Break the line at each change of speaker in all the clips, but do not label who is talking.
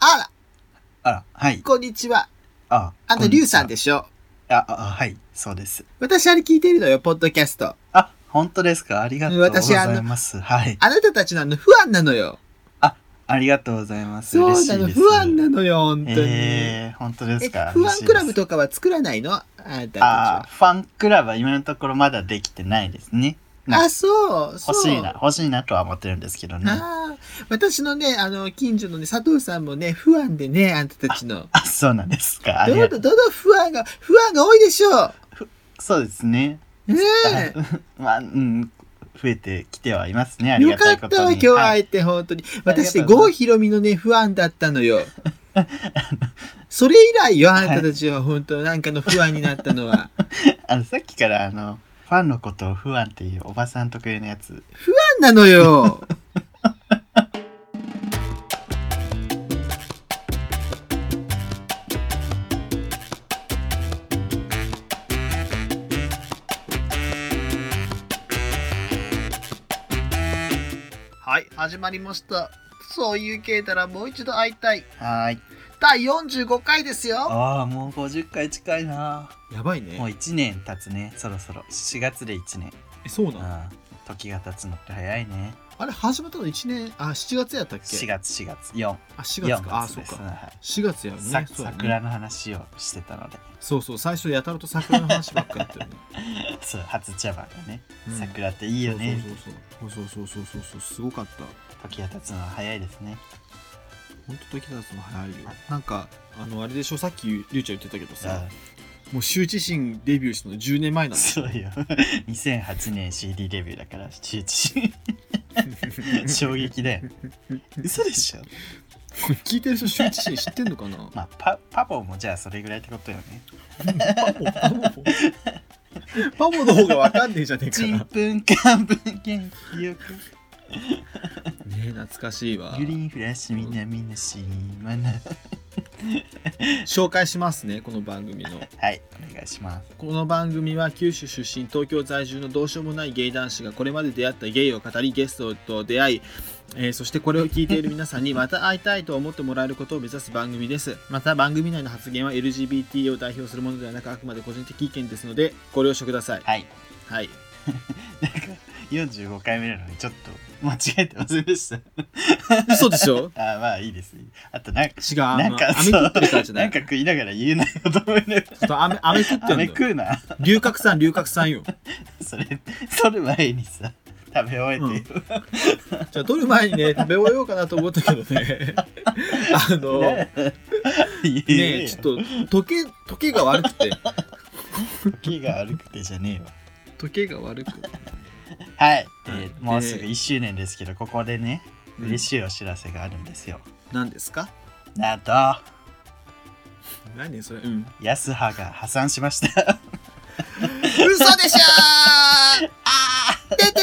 あら、
あら、はい。
こんにちは。
あ、。
あの、リュウさんですしょ。
あ、あ、あはい、そうです。
私あれ聞いてるのよ、ポッドキャスト。
あ、本当ですかありがとうございます。はい。
あなたたちのあの、不安なのよ。
ありがとうございます。
そう
嬉
な
しい
の、
です
不安なのよ、本当に。
えー、本当です
え
か
不安クラブ
と
とかは作らないのあなたたち
あ
は
ー。ファンクラブは今のところまだできてないですね。なんか
あ、そう、そう。
欲しいな、欲しいなとは思ってるんですけどね。
あー私のね、あの、近所のね、佐藤さんもね、不安でね、あんたたちの。
あ、そうなんですか。あり
ど
が
う
と
ど、
う。
どの不安が、不安が多いでしょう。
そうですね。
ね
あ まあ、うん、増えてきてはいますね。あ
え。
り
よ
が
か
た
っ
いこと
たわ、
に
今日
は
会
い
えて、本当に。
ありが
私
と
ね、
うございます
郷ひろみのね、不安だったの よ。それ以来よ、あなたたちは、本当なんかの不安になったのは。
あの、さっきから、あの、ファンのことを不安っていうおばさん特有のやつ。
なんなのよ。はい、始まりました。そういう系たらもう一度会いたい。
はーい。
第45回ですよ。
ああ、もう50回近いな。
やばい
もう
ね。
1年経つね、そろそろ。4月で1年。
えそう
う
なの。
ん。時が経つのって早いね。
あれ始まったの1年、あ、7月やったっけ
4月、4月。4。
あ、4
4
月か。あ、
月
そう
です。
か。
はい
4月やね。
さ
そうやね
桜の話をして たので、
そうそう最初やたらと桜の話ばっかりだっ たよね、
そう初茶番がね、
うん
桜っていいよね。
そうそうそうそうそうそうそうすごかった
時が経つのは早いですね。
ほんと時経つの早いよなんかあのあれでしょさっきりゅうちゃん言ってたけどさもう羞恥心デビューしたの10年前
うん
なんだ
そうよ。2008年 CD デビューだから、中 止。 衝撃だよ。嘘でしょ
これ聞いてる人羞恥心知ってんのかな
まあパパボもじゃあそれぐらいってことよね。
パモパモパモの方がわかんねえじゃねえか
ちん
な
ぷんかんぷん元気よく。
ねえ懐かしいわ
グリーンフラッシュみんなみんなしまな。
紹介しますねこの番組の
はい、お願いします。
この番組は九州出身東京在住のどうしようもないゲイ男子がこれまで出会ったゲイを語りゲストと出会い、えーそしてこれを聞いている皆さんにまた会いたいと思ってもらえることを目指す番組ですまた番組内の発言は LGBT を代表するものではなくあくまで個人的意見ですのでご了承ください
はい。
はい
なんか45回目なのにちょっと間違えてませんでした。
嘘でしょ
あーまあいいです。あとなんか、
違うあの
なんか
飴食ってるからじゃな
ないんか食いながら言えないよと思いなが
ちょっと飴飴食って
ら。
ん
め
の
食うな。
龍角散龍角散よ
それ、取る前にさ、食べ終えてよ。
じゃあ取る前に ね食べ終えようかなと思ったけど ねあのね
いやいや
えちょっと時計時計が悪くて
時が悪くてじゃねえわ。
時計が悪く
はい。で
はい
もうすぐ1周年ですけど、ここでね、嬉しいお知らせがあるんですよ。
何ですか
なんと、
何それ、うん、
安葉が破産しました。
嘘 でしょ
あ
ー出て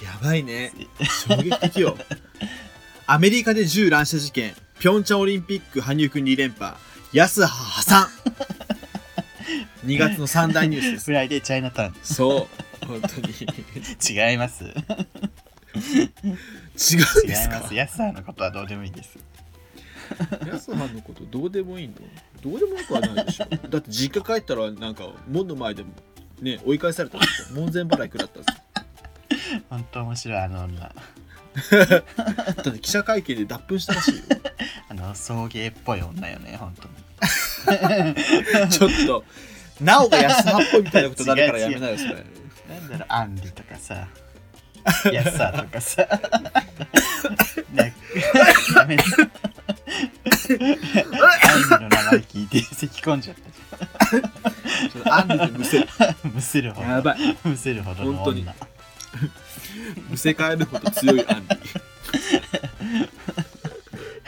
ーやばい ね衝撃的よアメリカで銃乱射事件ピョンチャンオリンピック羽生くん2連覇安葉破 産2月の三大ニュースで
フライデーチャイナタウン。
すそう本当に違
違います。違
うん
い
です
ま
か
す。安さんのことはどうでもいいです。
安葉のことどうでもいいのどうでもよくはないでしょだって実家帰ったらなんか門の前でもね追い返されたんですよ門前払い食らったんですよ
本当面白いあの女。
だって記者会見で脱粉したらしいよ
あの送迎っぽい女よね、本当に。
ちょっとなおが安葉っぽいみたいなことになるからやめなよそ れ
なんだろう、アンリとかさ、安さと かさ。なんかやめて。アンリの名前聞いて咳込んじゃっ
ちょっとアンリでむせ
た。むせるほ
や
ど。
ばい
むせるほどの
本当に
女。
むせ返るほど強いアン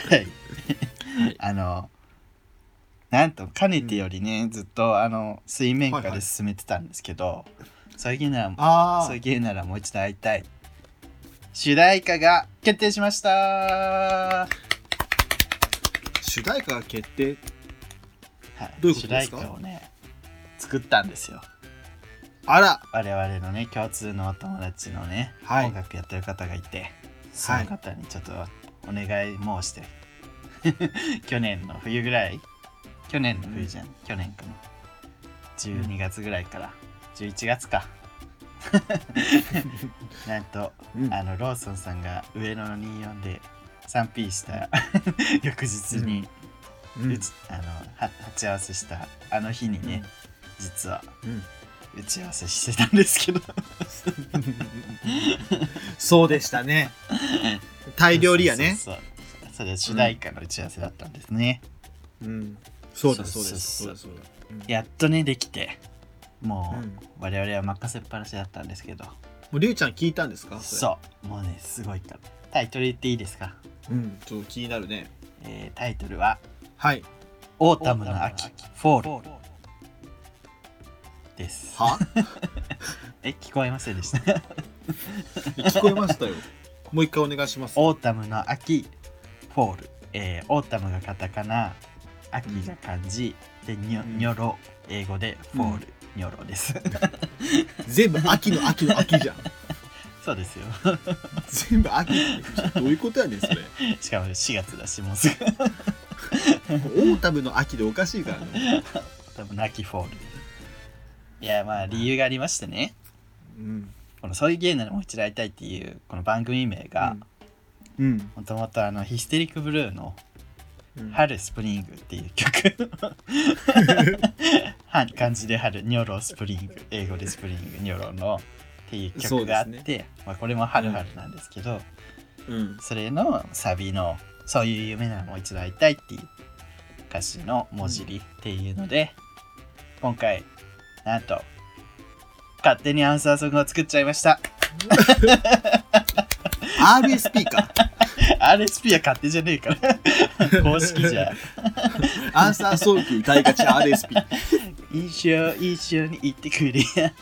はい。あの、なんと、かねてよりね、ずっとあの水面
はい
下
は
で
い
進めてたんですけど、そういうなら
あ
そういうならもう一度会いたい。主題歌が決定しました
主題歌が決定
はい
どういうことですか
主題歌をね作ったんですよ
あら
我々のね共通のお友達のね、
はい
音楽やってる方がいてその方にちょっとお願い申して 去年の冬ぐらい去年の冬じゃん、去年かな12月ぐらいから11月 かなんと
うん
あのローソンさんが上野の24で 3P した 翌日に、う
うん
ちあのは鉢合わせしたあの日にね、実は
うん
打ち合わせしてたんですけど
そうでしたね。タイ料理やね。
そうそうそうそれは主題歌の打ち合わせだったんですね、
うん。そうだそ
そうう
で
そう
す。そう
そ
だ
う
そうだ。
やっとねできてもう、
うんも
我々は任せっぱなしだったんですけど
うりゅうちゃん聞いたんですかう。
そうもうねすごいからタイトル言っていいですか、
うん。ちょっと気になるね。
えータイトルは
はい。
「オータムの秋フォール」です
は
え聞こえませんでした
聞こえました よ。もう一回お願いします。
オータムの秋フォール、えーオータムがカタカナ秋が漢字でにょ
うん
にょろ英語でフォール、にょろです
全部秋の秋の秋じゃん。
そうですよ
全部秋の秋じゃん。どういうことやねん、それ。
しかも4月だしもうす ぐオー
オータムの秋でおかしいからね。
タムの秋フォールいやまあ理由がありましてね
うん。
このそういう芸ならもう一度会いたいっていうこの番組名が
うん。
もともとあのヒステリックブルーの
うん。
「春スプリング」っていう曲 は漢字で春ニョロスプリング英語でスプリングニョロのっていう曲があっ
そう
て、まあ、これも「春春」なんですけど、
うん。
それのサビの「そういう夢ならもう一度会いたい」っていう歌詞の文字りっていうので、今回なんと勝手にアンサーソングを作っちゃいました
RSP か。
RSP は勝手じゃねえから 公式じゃ
アンサーソング歌いがち RSP。
一生一緒に行ってくれや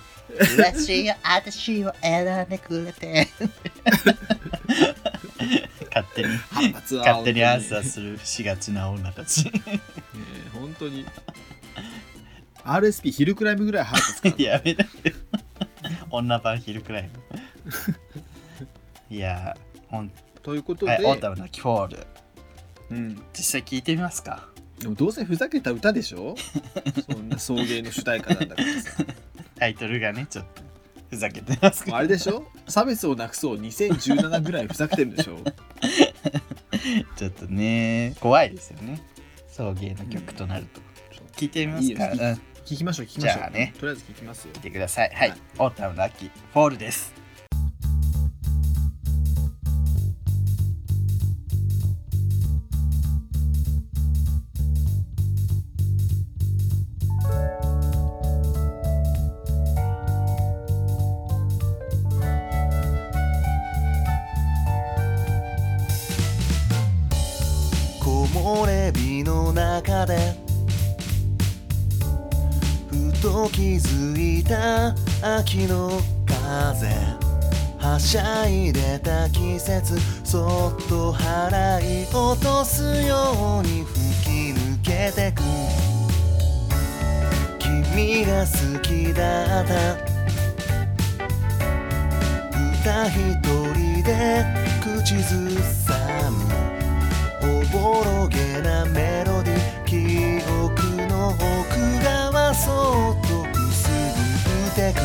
私が私を選んでくれて勝手に
反発は
勝手にアンサー
ね
するしがちな女たち
え本当に。RSP 昼クライムぐらい腹立つからね。
やめなよ女版昼くらいいやーほん
ということで、
はいオータムのキフォール
うん、
実際聞いてみますか
でもどうせふざけた歌でしょそんな送迎の主題歌なんだからさ。
タイトルがねちょっとふざけてますけ
もう
ど
あれでしょ差別をなくそう2017ぐらいふざけてるでしょ
ちょっとね怖いですよね送迎の曲となると、聞いてみますか
いいよ
うん
聞きましょう、聞きましょう。
じゃあね
とりあえず聞きますよ
見。てください。はい、
はい
オータムの秋フォールです。
木漏れ日の中でふと気づいた秋の風はしゃいでた季節そっと払い落とすように吹き抜けてく君が好きだった歌一人で口ずさむおぼろげなメロディ記憶の奥側そっとくすぐってく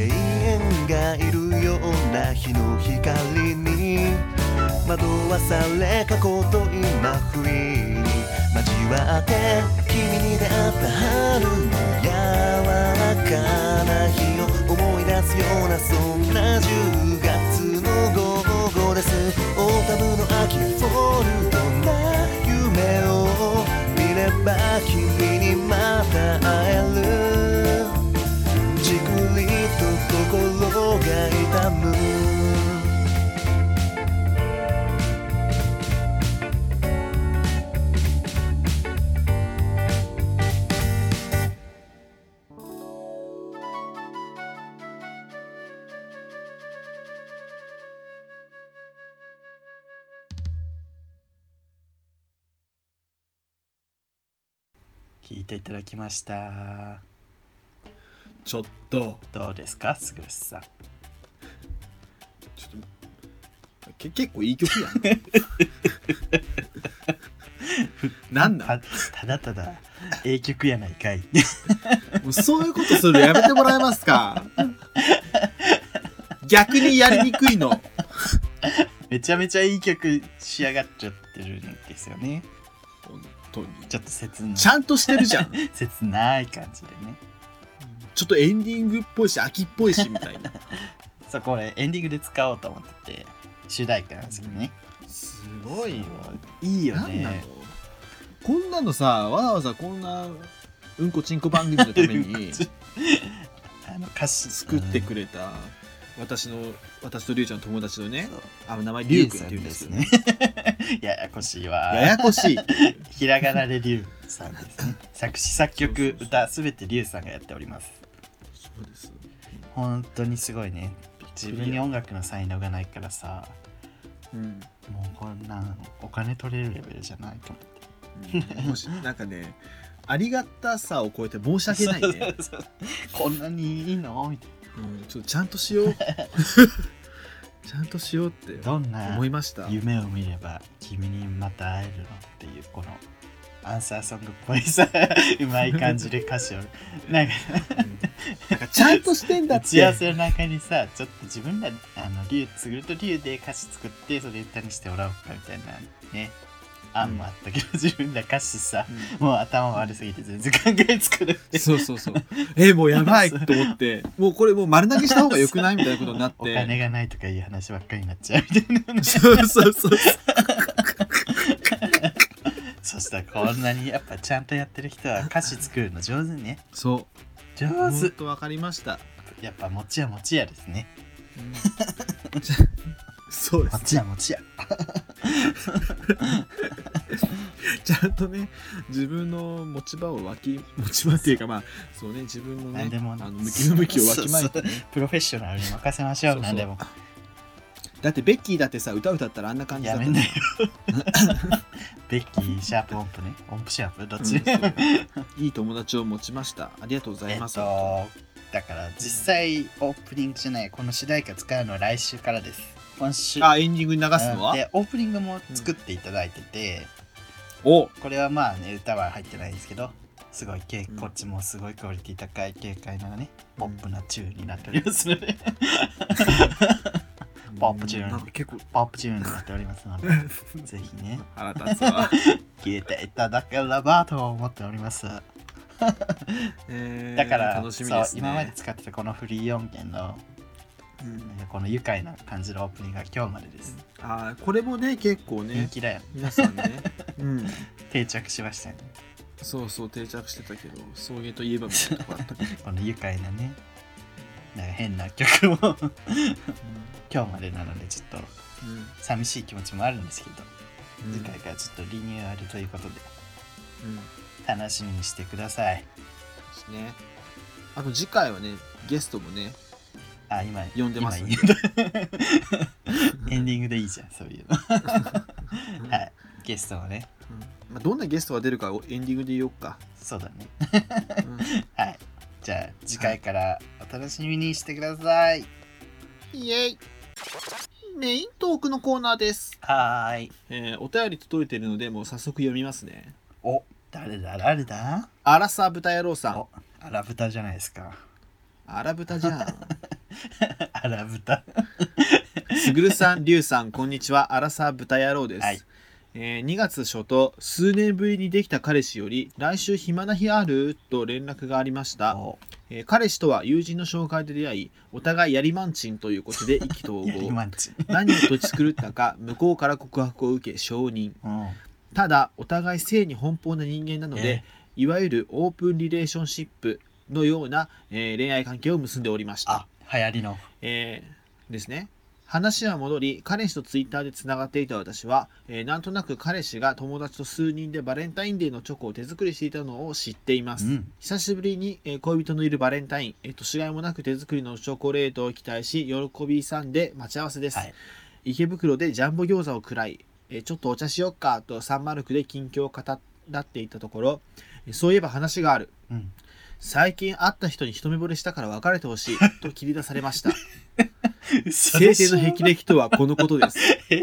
永遠がいるような日の光に惑わされ過去と今不意に交わって君に出会った春の柔らかな日を思い出すようなそんな10月の午後ですオータムの秋フォルトな夢を見れば君にまた会えるじくりと心が痛む
聞いていただきました。
ちょっと、
どうですか、すぐるさん。
ちょっと、け結構いい曲やん。なんだ
たただただ英曲やないかい
もうそういうことするのやめてもらえますか逆にやりにくいの
めちゃめちゃいい曲仕上がっちゃってるんですよね
本当に
ちょっと切な
ちゃんとしてるじゃん
切ない感じでね
ちょっとエンディングっぽいし秋っぽいしみたいな
そうこれエンディングで使おうと思ってて主題歌なんですけどね
す
そういいよ
なんなの
ね
こんなのさわざわざこんなうんこちんこ番組のために
あの歌 詞
作って
る、
くれた私の私とりゅうちゃんの友達のね
そう
あの名前りゅう
リュウ
くんっ
さ
て
ん
いうん
で
ですけ
す
どね
ね ややこしいわ
ややこしい
ひらがなでリュウさんですね作詞作曲
そうそうそう
歌すべてリュウさんがやっております
そうです
本当にすごいね自分に音楽の才能がないからさ
うん
もうこんなんお金取れるレベルじゃないと思って
うんもしなんかねありがたさを超えて申し訳ないね、
そうそうこんなにいいのみたい
うん、ちょっとちゃんとしよ うちゃんとしようって
などんな
思いました
夢を見れば君にまた会えるのっていうこのアンサーソングっぽ いさうまい感じで歌詞をなんか
うんなんかちゃんとしてんだ
打
っ
ち合わ
て
せの中にさちょっと自分らあの竜つぐると竜で歌詞作ってそれ歌にしてもらおうかみたいなね案もあったけど、自分ら歌詞さ
うん
もう頭悪すぎて全然考えつかなくて
そうそうそう。え、もうやばいと思って、 もうこれもう丸投げした方が良くないみたいなことになっ
お金
て。
がないとかいう話ばっかりになっちゃうみたいな
そうそうそう。
そしたらこんなにやっぱちゃんとやってる人は歌詞作るの上手ね
そう。
上
ほん
手
とわかりました。
やっぱ持ちや持ちやですね
そうで
持
す。
ちや持ちや
ちゃんとね、自分の持ち場をわき、 持ち場っていうかまあ、そうね、自分のね
何で、も
あの向きの向きをわきまえて
そうそうプロフェッショナルに任せましょう
そうそう
何でも
だってベッキーだってさ、歌歌ったらあんな感じだ
や
った
め
もん
なよ。 ベッキー、シャープ音符ね。音符シャープどっち、
うんそういい友達を持ちました。ありがとうござ
え
い
っ
ます。
と、だから実際オープニングじゃない、この主題歌使うのは来週からです。今週。
あ、エンディングに流すの
うん
は
で、オープニングも作っていただいてて、
お
これはまあね、歌は入ってないんですけど、すごいけ、
うん
こっちもすごいクオリティ高い、軽快なね、ポップなチューンになっております ので、ポップチューン
なんか結構
ポップチューンになっておりますので、ぜひね、
腹立つわ。
聴いていただければと思っております。
えー
だから、
楽しみです、ね、
そう今まで使ってたこのフリー音源の
うん
この愉快な感じのオープニングが今日までです、
あーこれもね結構
人
ね
気だよ
皆さん ね、うん、
定着しましたよね
そうそう定着してたけど送迎といえばみたいなとこあった けど、
この愉快なねなんか変な曲も 今日までなのでちょっと寂しい気持ちもあるんですけど、
うん
次回からちょっとリニューアルということで
うんで
楽しみにしてください
すねあと次回はねゲストもね
あ今
呼んでます
今
ね
言う エンディングでいいじゃんそういうのはいゲストもね
うんまあ、どんなゲストが出るかをエンディングで言おうか、
そうだね
うん
はいじゃあ次回からお楽しみにしてください
イエイメイントークのコーナーです、
はーい
えーお便り届いてるのでもう早速読みますね
お誰だ誰だ
アラサー豚野郎さん
おアラブタじゃないですか
アラ豚じゃん
アラブタ
すぐるさん、りゅうさん、こんにちは。アラサー豚野郎です。
はい
えー2月初頭、数年ぶりにできた彼氏より、来週暇な日あると連絡がありました、
お
えー彼氏とは友人の紹介で出会い、お互いやりまんちんということで意気投
やり
合。
まんち
何をどち狂ったか、向こうから告白を受け承認。
うん
ただ、お互い性に奔放な人間なので、いわゆるオープンリレーションシップのような、えー恋愛関係を結んでおりました。
あ流行りの
えーですね話は戻り彼氏とツイッターでつながっていた私は、えーなんとなく彼氏が友達と数人でバレンタインデーのチョコを手作りしていたのを知っています、
うん
久しぶりに、えー恋人のいるバレンタイン、えー、年がいもなく手作りのチョコレートを期待し喜びさんで待ち合わせです、
はい
池袋でジャンボ餃子を食らい、えーちょっとお茶しよっかとサンマルクで近況を語らっていたところえーそういえば話がある
うん
最近会った人に一目惚れしたから別れてほしいと切り出されました
制
性定の霹靂とはこのことです
えー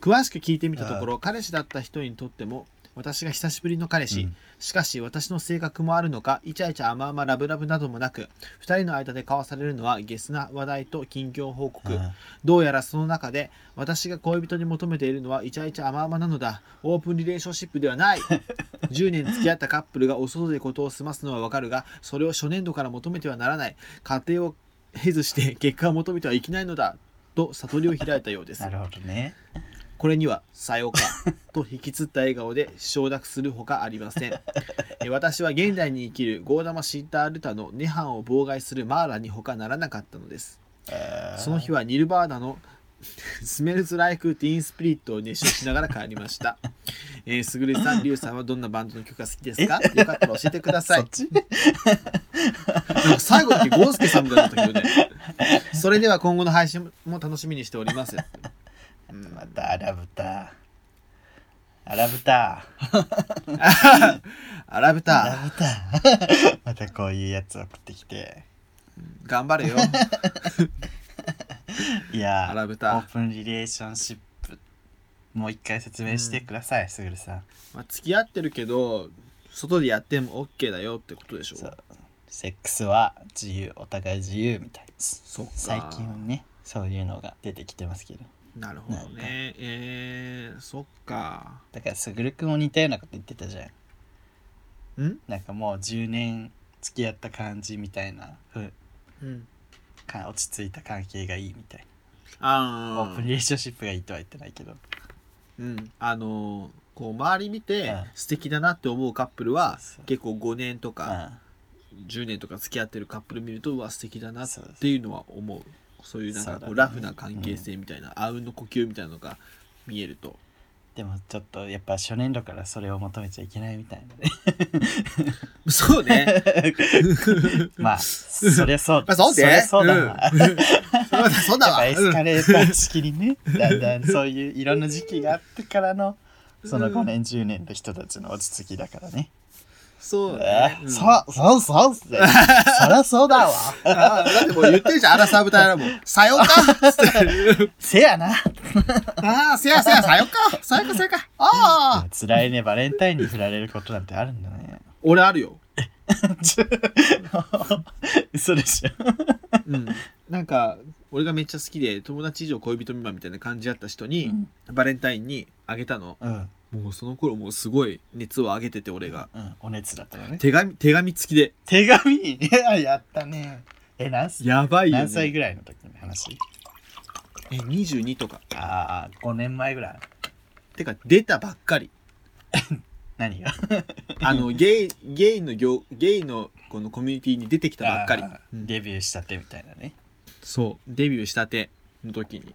詳しく聞いてみたところ彼氏だった人にとっても私が久しぶりの彼氏、
うん
しかし私の性格もあるのかイチャイチャ甘々ラブラブなどもなく2人の間で交わされるのはゲスな話題と近況報告、
うん
どうやらその中で私が恋人に求めているのはイチャイチャ甘々なのだオープンリレーションシップでは ない10年付き合ったカップルがお外でことを済ますのはわかるがそれを初年度から求めてはならない家庭を経ずして結果を求めてはいけないのだと悟りを開いたようです
なるほどね。
これには「さようか」と引きつった笑顔で承諾するほかありませんえ私は現代に生きるゴーダマ・シータ・アルタの涅槃を妨害するマーラにほかならなかったのですその日はニルバーナのスメルズ・ライク・ティーン・スピリットを熱唱しながら帰りま した。えー、すぐるさん、りゅうさんはどんなバンドの曲が好きですかよかったら教えてください
そっ。ち
なんか最後だけゴースケさんみたいになったけ どね。それでは今後の配信も楽しみにしております。
またアラブタ。アラブタ。
アラブ
ア
タ、
ラブタ。またこういうやつ送ってきて。
頑張れよ。
いやー
アラブ
オ
タ
ー。プンリレーションシップ。もう一回説明してください、すぐるさん。
まあ、付き合ってるけど、外でやっても OK だよってことでしょ。
そうセックスは自由、お互い自由みたいです。
そっか
最近はね、そういうのが出てきてますけど。
なるほどね。えー、そっか。
だからすぐるくんも似たようなこと言ってたじゃん。
ん
なんかもう10年付き合った感じみたいなふう
うん。
か落ち着いた関係がいいみたいな、オ
あ
ー
ー
プンリレーションシップがいいとは言ってないけど
うん、あのーこう周り見て
うん
素敵だなって思うカップルは
そう
結構5年と
うん
か10年とか付き合ってるカップル見るとうわ素敵だなっ
そうです
ていうのは思うそういうなんかこ
そううだ
ラ
ね
フな関係性みたいなあうんの呼吸みたいなのが見えると
でもちょっとやっぱ初年度からそれを求めちゃいけないみたい なね
そう ね
まあそりゃそう
まあそう
そ
で
りゃそうだな、
うんそうだそうだ
やっ
わ
ぱエスカ
うん
レーター式にね、だんだんそういういろんな時期があってからのその5年10年の人たちの落ち着きだからね。
そうね
え
う
ー
ん
そうそうそうってそりゃそうだわ。
あだってもう言ってるじゃんアラサーブタイラも う「さようか」
せやな。
ああせやせやさようかさようかさようかああ
辛いね、バレンタインに振られることなんてあるんだね。
俺あるよ
ちょ嘘でしょ。
うん、なんか俺がめっちゃ好きで友達以上恋人未満みたいな感じだった人に、
うん
バレンタインにあげたの
うん、
もうその頃もうすごい熱を上げてて俺が
うん、お熱だったのね。
手紙手紙付きで
手紙いややったね。え、何歳
やばいよ、ね、
何歳ぐらいの時の話
え22とか
ああ、5年前ぐらい。
てか出たばっかり
何が
あ のゲイゲイの業ゲイのこのコミュニティに出てきたばっかり
あー、
うん
デビューしたてみたいなね。
そうデビューしたての時に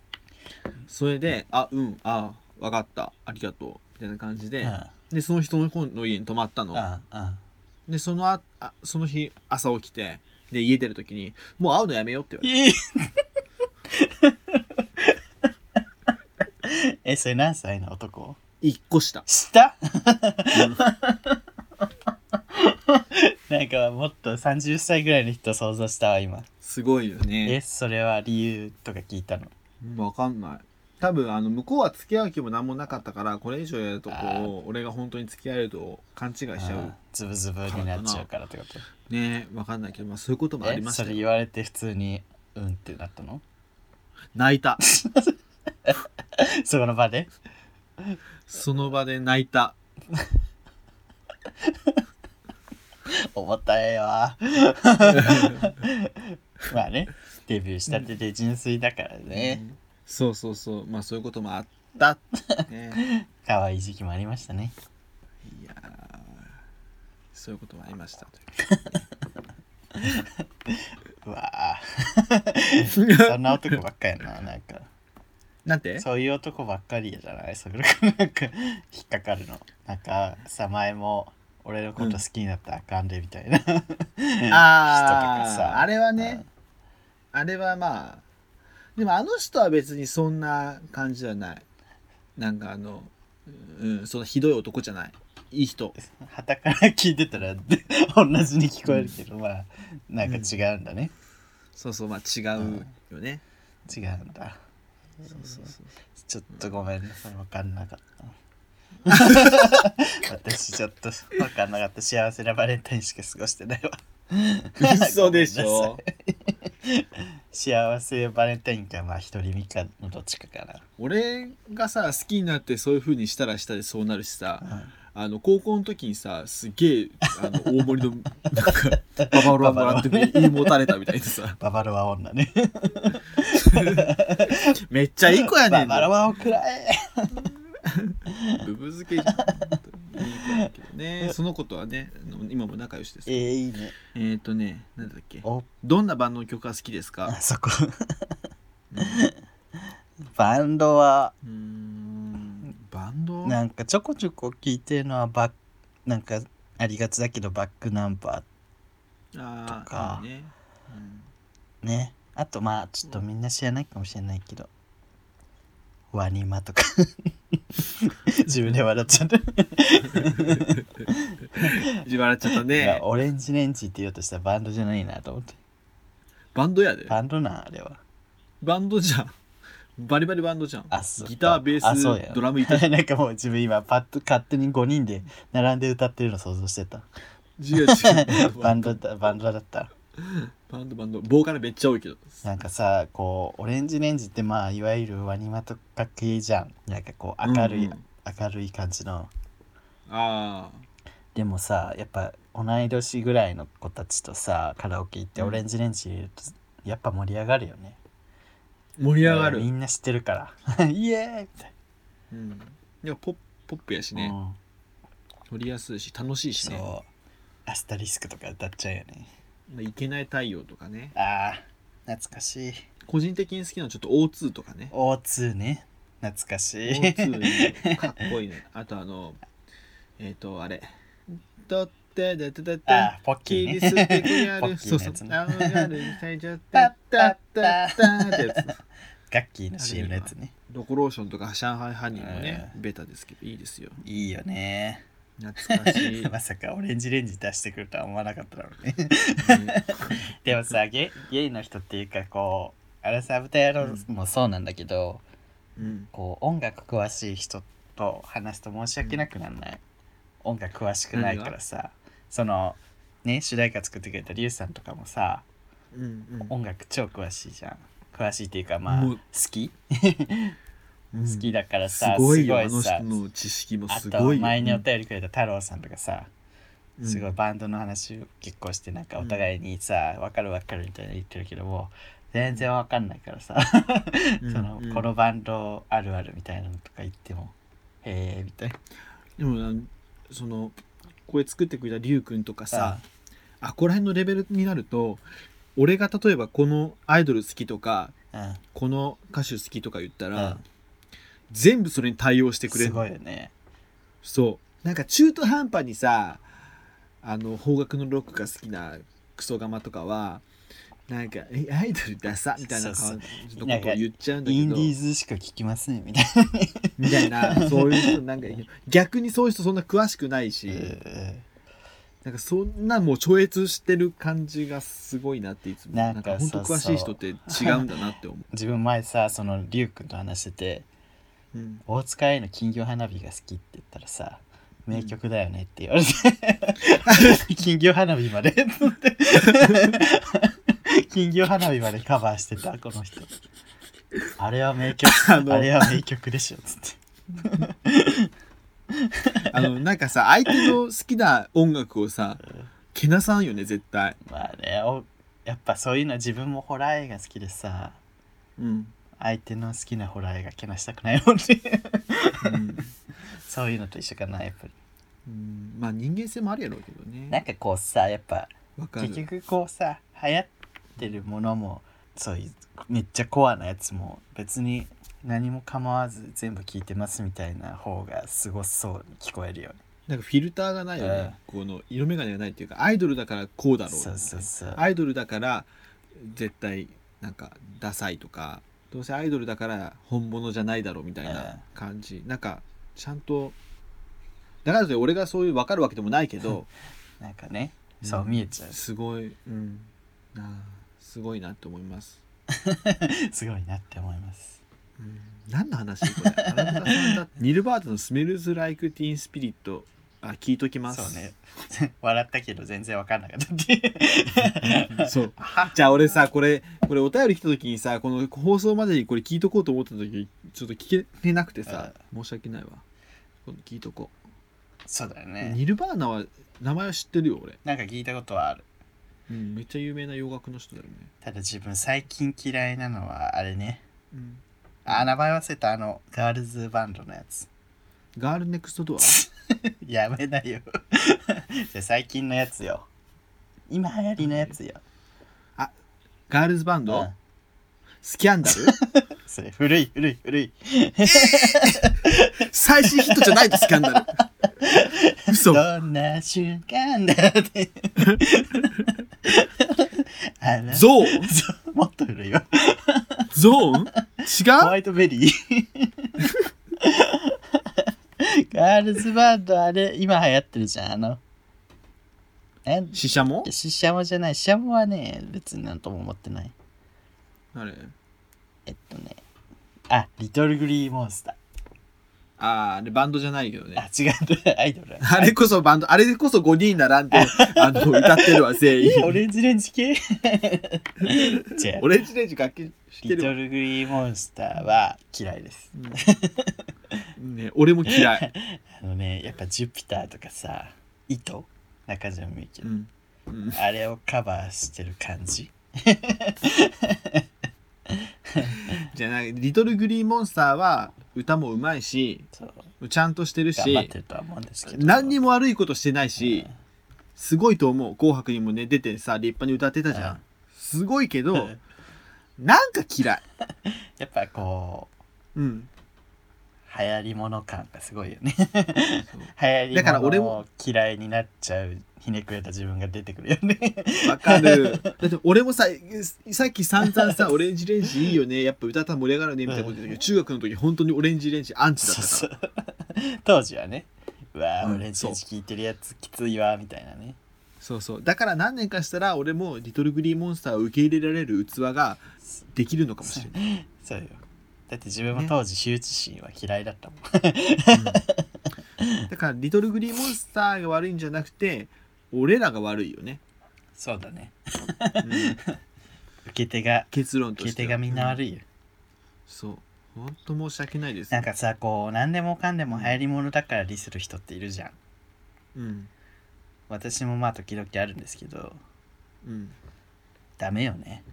それで「あうんあ分かったありがとう」みたいな感じで、
あ
でその人の方の家に泊まったの
あ、あ
でそのああその日朝起きてで家出る時に「もう会うのやめよ」って言われて
いいえ、それ何歳の男
一個 下
下なんかもっと30歳ぐらいの人想像したわ今。
すごいよ
え、
ね
それは理由とか聞いたの
分かんない多分あの向こうは付き合う気も何もなかったからこれ以上やるとこ
あ
う俺が本当に付き合えると勘違いしちゃ
あ
う
あズブズブになっちゃうからってこと
ね分かんないけど、まあ、そういうこともあり
え
まし
そ
た
れ
よ
言われて普通にうんってなったの
泣いた
そこの場で
その場で泣いた
重た いわまあねデビューしたてで純粋だからね
うんそうそうそうまあそういうこともあった、 ね、
可愛い時期もありましたね
いやーそういうこともありましたという
うわあ そんな男ばっかやななんか
なんて
そういう男ばっかりじゃないそれがなんか引っかかるのなんかさ前も俺のこと好きになったらあかんでみたいな、
あ
人とか
あ
さ
あれはね、あれはまあでもあの人は別にそんな感じじゃないなんかあのうんそのひどい男じゃないいい人
はたから聞いてたら同じに聞こえるけど、まあなんか違うんだね、
そうそうまあ違うよね、
違うんだ
そうそうそう
ちょっとごめんねそれ分かんなかった私ちょっと分かんなかった幸せなバレンタインしか過ごしてないわ
嘘でし
ごめんな
ょ
さい幸せバレンタインかまあ一人みかのどっちかか
俺がさ好きになってそういう風にしたらしたでそうなるしさ
な、
あの高校の時にさすげえあの大盛りのなんかババロアもらって胃もたれたみたいで さ
ババロア女ね
めっちゃいい子やね
バ
ん
バロアをくらえ
ブブ漬けじゃん本当にいい子だけどね その子とはねあの今も仲良しです
えー、いいね
えっ、とねなんだっけ
お
どんなバンドの曲が好きです
あ
か
そこ
うん
バンドは
うーんバンド
なんかちょこちょこ聞いてるのはバッなんかありがちだけどバックナンバ
あ
と
あ
か
いいね、うん
ーねあとまあちょっとみんな知らないかもしれないけどワニマとか 自分で笑っちゃった
笑っちゃった
いや
ね
オレンジレンジって言おうとしたらバンドじゃないなと思って
バンドやで
バンドなんあれは
バンドじゃんバリバリバンドじゃん
あそう
ギターベ
あそう
ー
や
スドラムいた
なんかもう自分今パッと勝手に5人で並んで歌ってるの想像し てた
違う違う
バンドだバンドだった
バンドバンドボーカルめっちゃ多いけど
なんかさこうオレンジレンジってまあいわゆるワニマとか系じゃんなんかこう明るい、
うんうん
明るい感じの
ああ
でもさやっぱ同い年ぐらいの子たちとさカラオケ行って
うん
オレンジレンジ入れるとやっぱ盛り上がるよね、
盛り上がる、
みんな知ってるから イエーイみたい
うん、でもポッポップやし
な、
ね、
うん
撮りやすいし楽しいしね
そうアスタリスクとか歌っちゃうよね
いけない太陽とかね
あー懐かしい
個人的に好きなのはちょっと O2 とかね
O2 ね懐かしい
O2 かっこいいねあとあのえっ、とあれ「とってでててて
あーポッキ
キ
ー
リ
ね
ステクや
ポ
る」
ッキ
そう
ーの
そ
や
う
つ
「
ね
あのやる」「最初タッタッタッタッ」ってやつ
ガッキーの CM のやつね
ロコローションとか上海ハニーもね
う
ベタですけどいいですよ
いいよね
懐か しい、
まさかオレンジレンジ出してくるとは思わなかっただろ うね
ね
でもさゲイゲイの人っていうかこうアラサー豚野郎もそうなんだけど、
うん、
こう音楽詳しい人と話すと申し訳なくなんない、音楽詳しくないからさそのね主題歌作ってくれたリュウさんとかもさ
うんうん
音楽超詳しいじゃん詳しいっていうかまあ
もう
好き
うん
好きだから
す
さ、
ごい
す
よ
ご
あ
い
の
さ
人の知識も
あ
す
と
ごいよ
前にお便りくれた太郎さんとかさ、
うん
すごいバンドの話を結構してなんかお互いにさ、わかるわかるみたいな言ってるけども全然わかんないからさ、
うん
その、
うん
このバンドあるあるみたいなのとか言ってもへえみたいな
でもなそのこれ作ってくれたリュウくんとかさあここら辺のレベルになると俺が例えばこのアイドル好きとか
うん
この歌手好きとか言ったら、
うん
全部それに対応してくれ
す
る
ごいよね
そうなんか中途半端にさあの邦楽のロックが好きなクソガマとかはなんか「えアイドルダサ」みたいな
そ
感
う
じのことを言っちゃうんだけ
インデ
ど
ィーズしか聞きませんみたい
みたい なそういう人なんか逆にそういう人そんな詳しくないし。
な、うん
なんかそんなもう超越してる感じがすごいなっていつもな
なんん
か
か
本当
そう
詳しい人って違うんだなって思
自分前さそのリュウ君と話してて
う、うん
大塚への金魚花火が好きって言ったらさ名曲だよねって言われて、金魚花火までと思って金魚花火までカバーしてたこの人あれは名曲
あ
あ
の
れは名曲でしょつって
あのなんかさ相手の好きな音楽をさけなさんよね絶対、
まあねおやっぱそういうの自分もホラー映画好きでさ
うん
相手の好きなホラー映画けなしたくないもんね
うん
そういうのと一緒かなやっぱり
うんまあ人間性もあるやろうけど
なん
ね
かこうさやっぱ
わか
結
る
局こうさ流行ってるものもそういうめっちゃコアなやつも別に何も構わず全部聞いてますみたいな方がすごそうに聞こえるよね。
なんかフィルターがないよね、この色眼鏡がないっていうかアイドルだからこうだろう
そうそうそう。
アイドルだから絶対なんかダサいとかどうせアイドルだから本物じゃないだろうみたい
うん
な感じ、なんかちゃんとだからといって俺がそういう分かるわけでもないけど
なんかね、
うん
そう見えちゃう。
すごい、うん、なあすごいなって思います、
すごいなって思います。
何の話こ れ原田さんだニルバートの「スメルズ・ライク・ティーン・スピリット」あ聞いときます
そうね 笑ったけど全然わかんなかった っていう
そう
は
じゃあ俺さこれこれお便り来た時にさこの放送までにこれ聞いとこうと思った時ちょっと聞けなくてさ申し訳ないわ今度聞いとこ
そうだよ
う、
ね
ニルバーナは名前は知ってるよ俺、
なんか聞いたことはある
うん、めっちゃ有名な洋楽の人だよね、
ただ自分最近嫌いなのはあれね
うん、
あ名前忘れたあのガールズバンドのやつ
ガールネクストドア
やめなよじゃあ最近のやつよ今流行りのやつよ、
ガールズバンド、
うん
スキャンダル
それ古い古い古い
最新ヒットじゃないとスキャン ダル嘘
どんな瞬間だって。あの
ゾーン
そうもっと古いよ。
ゾー
ホ
ン違う
ワイトベリー。 ガールズバンドあれ、今流行ってるじゃん。あの。え
シシャモ
シシャモじゃない。シシャモはね、別になんとも思ってない。
あれ
えっとね。あ、リトルグリーモンスタ
あーあれバンドじゃないけど
ー。
ね
あ、違う。アイドル。
あれこそバンドあれこそ5人並んであの歌って るわ全員
え、オレンジレン ジ系違う
オ。レンジレンジ楽器して
リ
る
ト
わ、
ルグリーモンスターは嫌いです。
うんね、俺も嫌 い、
あのね、やっぱジュピターとかさ、糸中島みゆき
う
の、
んうん
あれをカバーしてる感じ。
じゃあなんかリトルグリーンモンスターは歌もうまいし
そう
ちゃんとしてる
頑張っ
して
るとは思うんですけど。
何に
も
も悪いことしてないし、すごいと思う「紅白」にもね出てさ立派に歌ってたじゃん、
うん
すごいけど
ん
なんか嫌い
やっぱこ う、
うん
流行り物感がすごいよ ね。
そう
流行り
だから俺
物
も
を嫌いになっちゃう、ひねくれた自分が出てくるよ ね。
わかる。 だって俺もさ、さっき散々さ、オレンジレンジいいよね、やっぱ歌ったら盛り上がるねみたいなこと言ったけど、中学の時本当にオレンジレンジアンチだっ
そう
たか
そう。当時はね、うわ
う
ー、
ん
オレンジレンジ聴いてるやつきついわ、みたいなね。
ら。そうそう。だから何年かしたら、俺もリトルグリーンモンスターを受け入れられる器ができるのかもしれない。
そうよ。だって自分も当時、羞恥心は嫌いだったもん。
だから、リトルグリーンモンスターが悪いんじゃなくて、俺らが悪いよね。
そうだね。
うん
受け手が
結論と
受け
して
手
は。
がみんな悪
い。
いよ、
そう。本当申し訳ないです。
なんかさこう何でもかんでも流行りものだからディスる人っているじゃん
うん。
私もまあ時々あるんですけど
うん。
ダメよね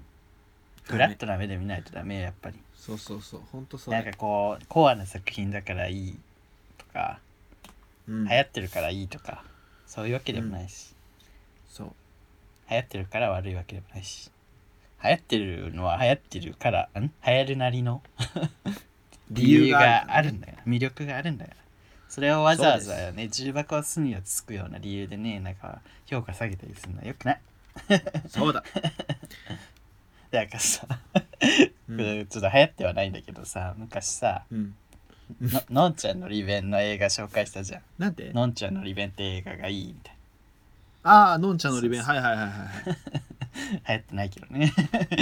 ダメ
フラットな目で見ないとダメよやっぱり
そうそうそう。本当そう
なん
だ
かこうコアな作品だからいいとか
うん
流行ってるからいいとかそういうわけでもないし、
そう。
流行ってるから悪いわけでもないし流行ってるのは流行ってるからん流行るなりの理由があるんだよ魅力があるんだよそれをわざわざね重箱を隅をつくような理由でねなんか評価下げたりするのはよくない
そうだ。
なんかさ、
う
ち
ん
ょっと流行ってはないんだけどさ昔さ
うん。
ののんちゃんのリベンの映画紹介したじゃん
なんて
のんちゃんのリベンって映画がいいみたい
ああ、のんちゃんのリベン、
そ
はいはいはいは
な流行ってないけどね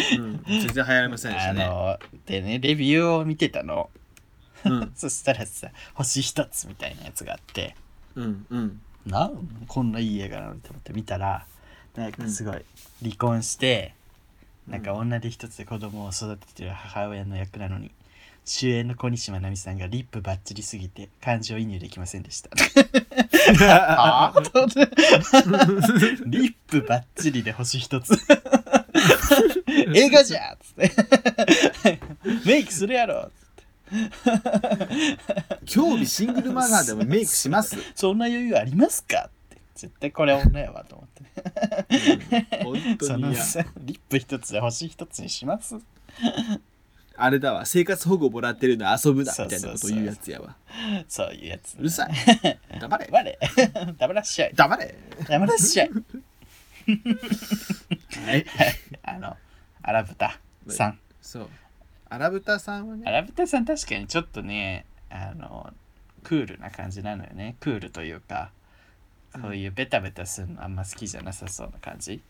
い。 うん、全然流行りませんでし
あ
たね。
のでねレビューを見てたの
うん、
そしたらさ星一つみたいなやつがあって
うん、うん。
なんこんないい映画なのって思って見たらなんかすごい離婚して、なんか女手一つで子供を育ててる母親の役なのに主演の小西真奈美さんがリップバッチリすぎて感情移入できません でした。あーと思ってリップバッチリで星一つ 映画じゃんっつってメイクするやろ
今日シングルマザーでもメイクします。
そんな余裕ありますかって絶対これ女やわと思って
本当
そ
に
の
いや。
さリップ一つで星一つにします
あれだわ、生活保護もらってるの遊ぶなみたいなこと言うやつやわ。
そういうやつ
うる さい。黙れ。
黙れ黙らっしゃい
黙れ。
黙らっしゃい
はい。
あのアラブタさん
そう。アラブタさんは
ア
ね。
ラブタさん確かにちょっとねあのクールな感じなのよねクールというかこういうベタベタするのあんま好きじゃなさそうな感じ、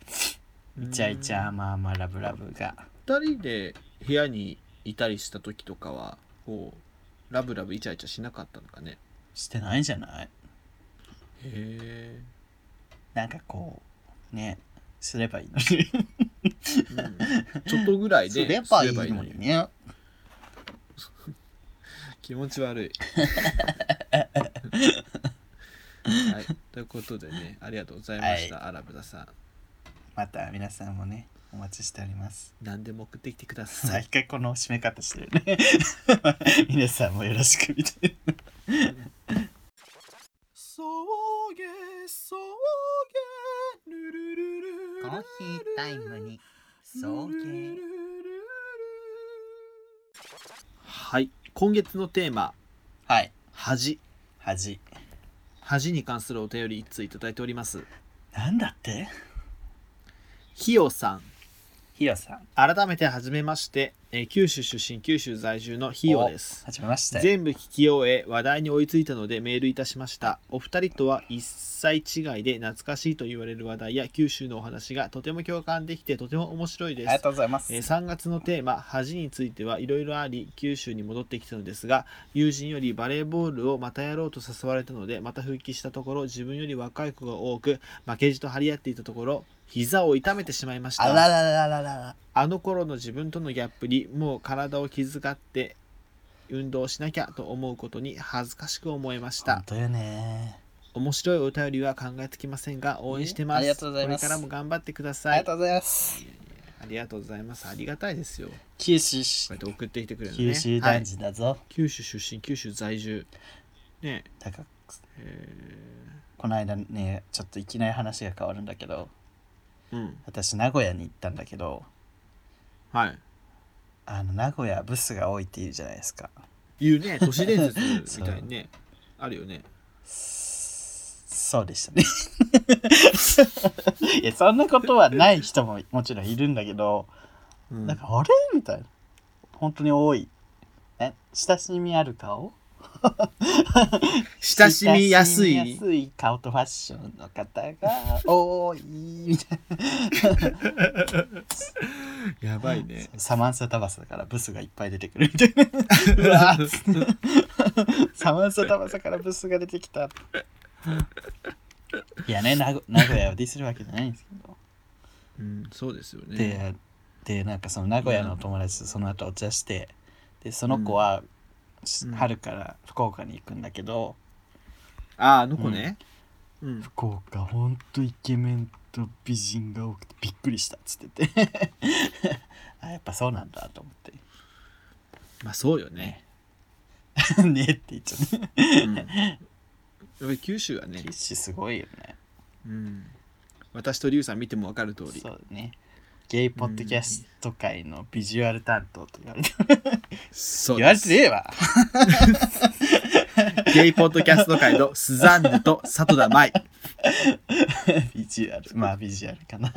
イチャイチャ
うん。
甘々ラブラブが
二人で部屋にいたりした時とかは、こうラブラブイチャイチャしなかったのかね
してないんじゃない
へえ、
なんかこうねすればいいの に
うんちょっとぐらい
す
で
ればいいのにね
気持ち悪い。はい、ということでね、ありがとうございました、アラブダさん。
また皆さんもねお待ちしております
何でも送ってきてくださ
さあ
い
一。回この締め方してるね 皆さんもよろしくみたいな
そうげ、そうげ、ルルルル
コーヒータイムに送迎
はい、今月のテーマ、
はい
恥。
恥
恥に関するお便り一通いただいております。
なんだって
ひよさん。
ひよさん
改めてはじめまして、えー九州出身、九州在住のひよです。
はじめまして
全部聞き終え話題に追いついたのでメールいたしましたお二人とは一切違いで懐かしいと言われる話題や九州のお話がとても共感できてとても面白い
あ
で
り
す
がとうございます
えー3月のテーマ「恥」についてはいろいろあり九州に戻ってきたのですが友人よりバレーボールをまたやろうと誘われたのでまた復帰したところ自分より若い子が多く負けじと張り合っていたところ膝を痛めてしまいました
あらららららら
あの頃の自分とのギャップにもう体を気遣って運動しなきゃと思うことに恥ずかしく思いまし
本
た
当よね
面白いお便りは考えつきませんが応援してます
ありがとうございます
これからも頑張ってくだ
あ
さ
り
い
がとうございます
ありがとうございますありがたいですよこ
九州市
うやって送ってきてくれるのね
九州
は
男
い、
児だぞ、
九州出身九州在住ね
だから
え
この間ねちょっといきなり話が変わるんだけど
ーうん
私名古屋に行ったんだけど
はい
あの名古屋ブスが多いって言うじゃないですか
言うね都市伝説みたいに ねあるよね
そうでしたね いやそんなことはない人ももちろんいるんだけど、
うん
なんかあれみたいな本当に多いえ親しみある顔
親しみやす
親
い
しみやすい顔とファッションの方が多いみたい
やばいね
なサマンサタバサからブスがいっぱい出てくるみたいな うわーっつってサマンサタバサからブスが出てきたいやね名古名古屋をディスるわけじゃないんですけど
うんそうですよね
ででなんかその名古屋のお友達とその後お茶してでその子は、し
うん
春から福岡に行くんだけど、
あああの子ね、うん
福岡ほんとイケメンと美人が多くてびっくりしたっつって てあやっぱそうなんだと思って
まあそうよね、
「ねって言っちゃうね
うん、やっぱり九州はね
キッ、シュすごいよね
うん、私とリュウさん見ても分かる通り
そうねゲイポッドキャスト界のビジュアル担当と言われて、
そう
言わ
で
れて
す
ねえわ
ゲイポッドキャスト界のスザンヌと里田舞
ビジュアルまあビジュアル かな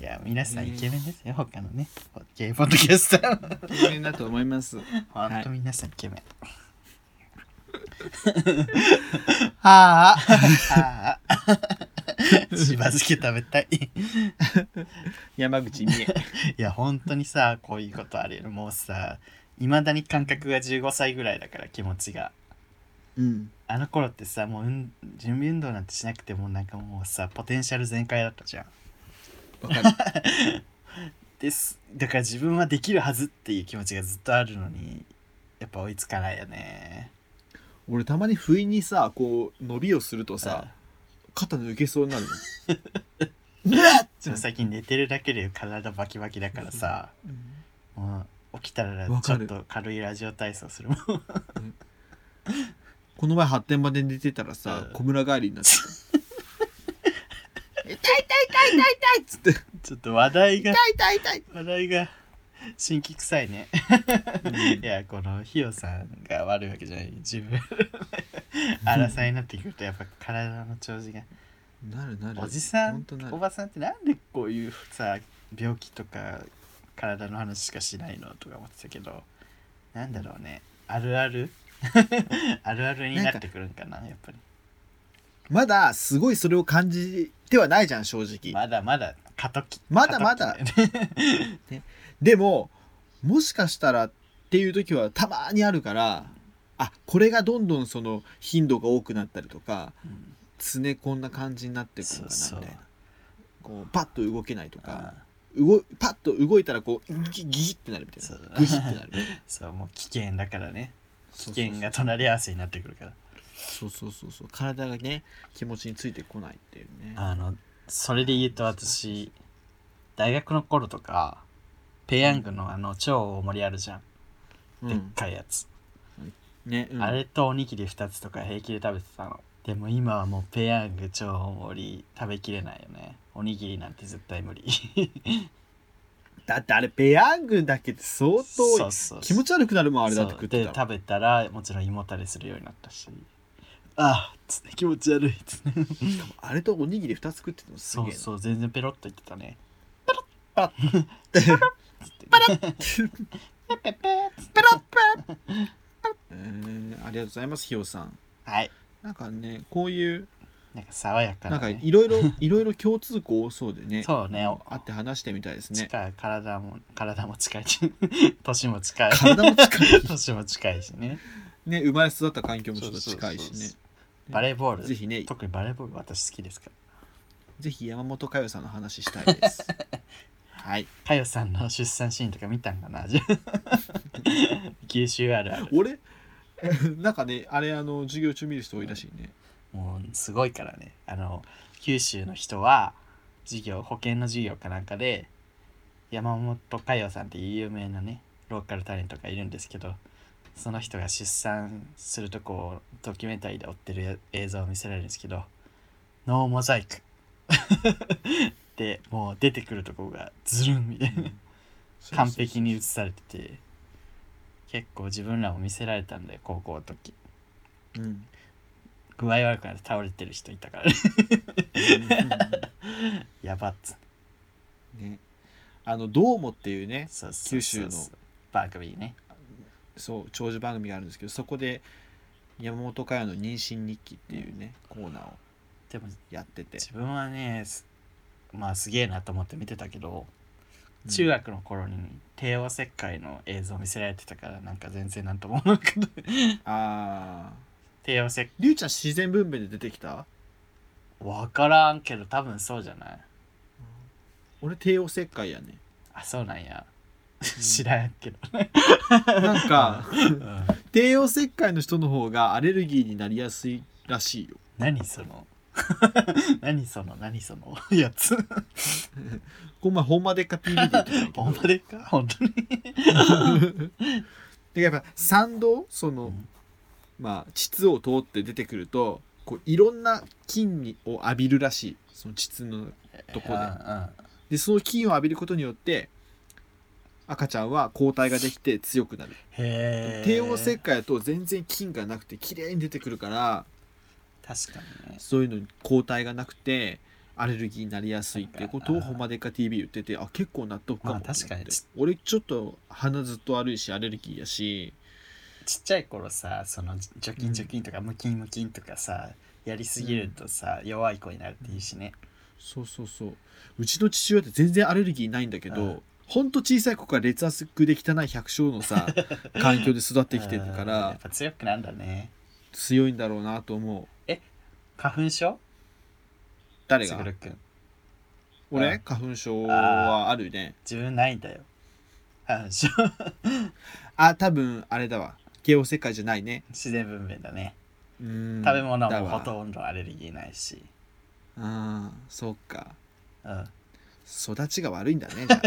いや皆さんイケメンですよ、他のねゲイポッドキャスター
有名だと思います
ほんと皆さんイケメンはあはあしば漬け食べたい
山口美恵
いや本当にさこういうことあるよねもうさいまだに感覚が15歳ぐらいだから気持ちが
うん
あの頃ってさもううん準備運動なんてしなくてもなんかもうさポテンシャル全開だったじゃん
分かる
ですだから自分はできるはずっていう気持ちがずっとあるのにやっぱ追いつかないよね
俺たまに不意にさこう伸びをするとさ肩抜けそうにな る
でも最近寝てるだけで体バキバキだからさ、
の、
もう起きた
わ
らちょ
か
っ
る
と軽いラジオ体操するもん
この前発展場で寝てたらさ
うん
小村帰りになっちゃっ
ちょっと話題が
た痛い痛い
話題が新規臭いねいやこのひよさんが悪いわけじゃない自 分争いになってくるとやっぱ体の調子が
なるなる
おじさ
ほ
ん
となる
おばさんってなんでこういうさ病気とか体の話しかしないのとか思ってたけどなんだろうねあるある あるあるになってくるんかなやっぱり
まだすごいそれを感じてはないじゃん正直、
まだまだ過渡期
まだまだ
過渡期よね
でももしかしたらっていう時はたまにあるからあこれがどんどんその頻度が多くなったりとか、
ん
常こんな感じになってくるのか
そう
な
そう
みたいなこうパッと動けないと
あ
か動パッと動いたらこうギギギってなるみたい
そう
なグヒってなるみたいな
そうもう危険だからね
そうそうそう
危険が隣り合わせになってくるから
そうそうそうそう体がね気持ちについてこないっていうね
あのそれで言うと私大学の頃とかペヤングのあの超大盛りあるじゃん、
う
でっ
ん
かいやつ、
ね、うん
あれとおにぎり2つとか平気で食べてたのでも今はもうペヤング超大盛り食べきれないよねおにぎりなんて絶対無理
だってあれペヤングだけって相
そ
当
うそう
気持ち悪くなるもんあれだって
そ
食
う
って
で
たら
食べたらもちろん胃もたれするようになったしああつって気持ち悪いっつって
しかもあれとおにぎり2つ食ってたのす
そ
げえ
う
な
そう全然ペロッといってたねペペペーっつって
えー、ありがとうございますひよさん
はい
なんかねこういう
なんか爽やか
な
なん
か
ね
いろいろいろいろ共通項多そうでね
そうねお
会って話してみたいですね
近い体も体も近いし 年も近い
体も近い
年も近いしね
ね生まれ育った環境もちょっと近いし
そうそう
ね
そうバレーボール
ぜひね
特にバレーボール私好きですから
ぜひ山本佳代さんの話したいです はい
かよさんの出産シーンとか見たんかな 九州あるある
俺 なんかねあれあの授業中見る人多いらしいね
もうすごいからねあの九州の人は授業保険の授業かなんかで山本佳代さんっていう有名なねローカルタレントがいるんですけどその人が出産するとこをドキュメンタリーで追ってる映像を見せられるんですけどノーモザイク でもう出てくるとこがズルンみたいな完璧に映されてて結構自分らも見せられたんだよ高校の時
うんうん
具合悪くなって倒れてる人いたから ねやばっつ
ねあの「どうも」っていうね
そうそうそう
九州の
バーグビーね
そう長寿番組があるんですけどそこで山本佳代の妊娠日記っていうねコーナーを
でも
やってて
自分はねすまあすげえなと思って見てたけど中学の頃に帝王切開の映像見せられてたからなんか全然なんとも思わなかった
ああ
帝王切
りゅうちゃん自然分娩で出てきた
わからんけど多分そうじゃない
俺帝王切開やね
あそうなんや知らんけど、
なんか
うん
帝王切開の人の方がアレルギーになりやすいらしいよ
何その 何その何そのやつ
これまほんまでっか TV で言ってたんやけど
ほんまでか本当に
でやっぱ参道その、
うん
まあ膣を通って出てくるとこういろんな菌にを浴びるらしいその膣のとこででその菌を浴びることによって赤ちゃんは抗体ができて強くなる
へえ
帝王切開だと全然菌がなくて綺麗に出てくるから
確かにね
そういうのに抗体がなくてアレルギーになりやすいっていうことを「
あー
ホマデカ TV」言っててあ結構納得かも
まあ確か
と思っ
に
て俺ちょっと鼻ずっと悪いしアレルギーやし
ちっちゃい頃さその除菌除菌とかムキンムキンとかさやりすぎるとさ、弱い子になるっていいしね
そうそうそううちの父親って全然アレルギーないんだけ
う
ど
ん
ほんと小さい子から劣悪で汚い百姓の さ環境で育ってきてるか
うんや
ら
っぱ強くなんだね
強いんだろうなと思う
花粉症
誰
つ
が
ぐるくんう
俺
ん
花粉症はあるね
自分ないんだよ花粉症
あ多分あれだわ慶応世界じゃないね
自然分娩だね
うーん
食べ物もほ
ん
とんどアレルギーないし
あーそうか
うん
育ちが悪いんだねじゃあ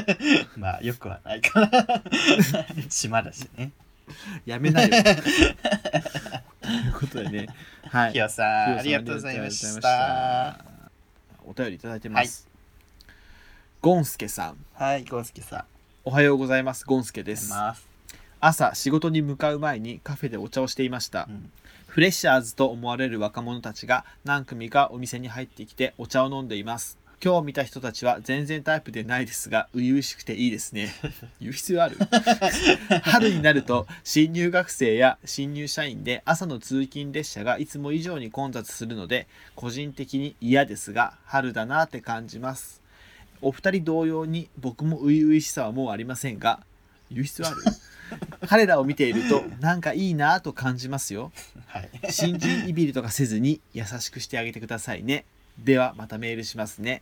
まあよくはないから 島だしね
やめないよということでねはい
ひよさんあ
ひ
り
よさ
が
ん
とうございまし
あ
た
りがとうございましたお便りいただいてます、ゴンスケさん
はいゴースケさん
おはようございますゴンスケで
出
す
ます
朝仕事に向かう前にカフェでお茶をしていました、
うん
フレッシャーズと思われる若者たちが何組かお店に入ってきてお茶を飲んでいます今日見た人たちは全然タイプでないですが初々しくていいですね 言う必要ある 春になると新入学生や新入社員で朝の通勤列車がいつも以上に混雑するので個人的に嫌ですが春だなって感じますお二人同様に僕も初々しさはもうありませんが言う必要ある彼らを見ているとなんかいいなぁと感じます よ
はい。
新人いびりとかせずに優しくしてあげてくださいねではまたメールしますね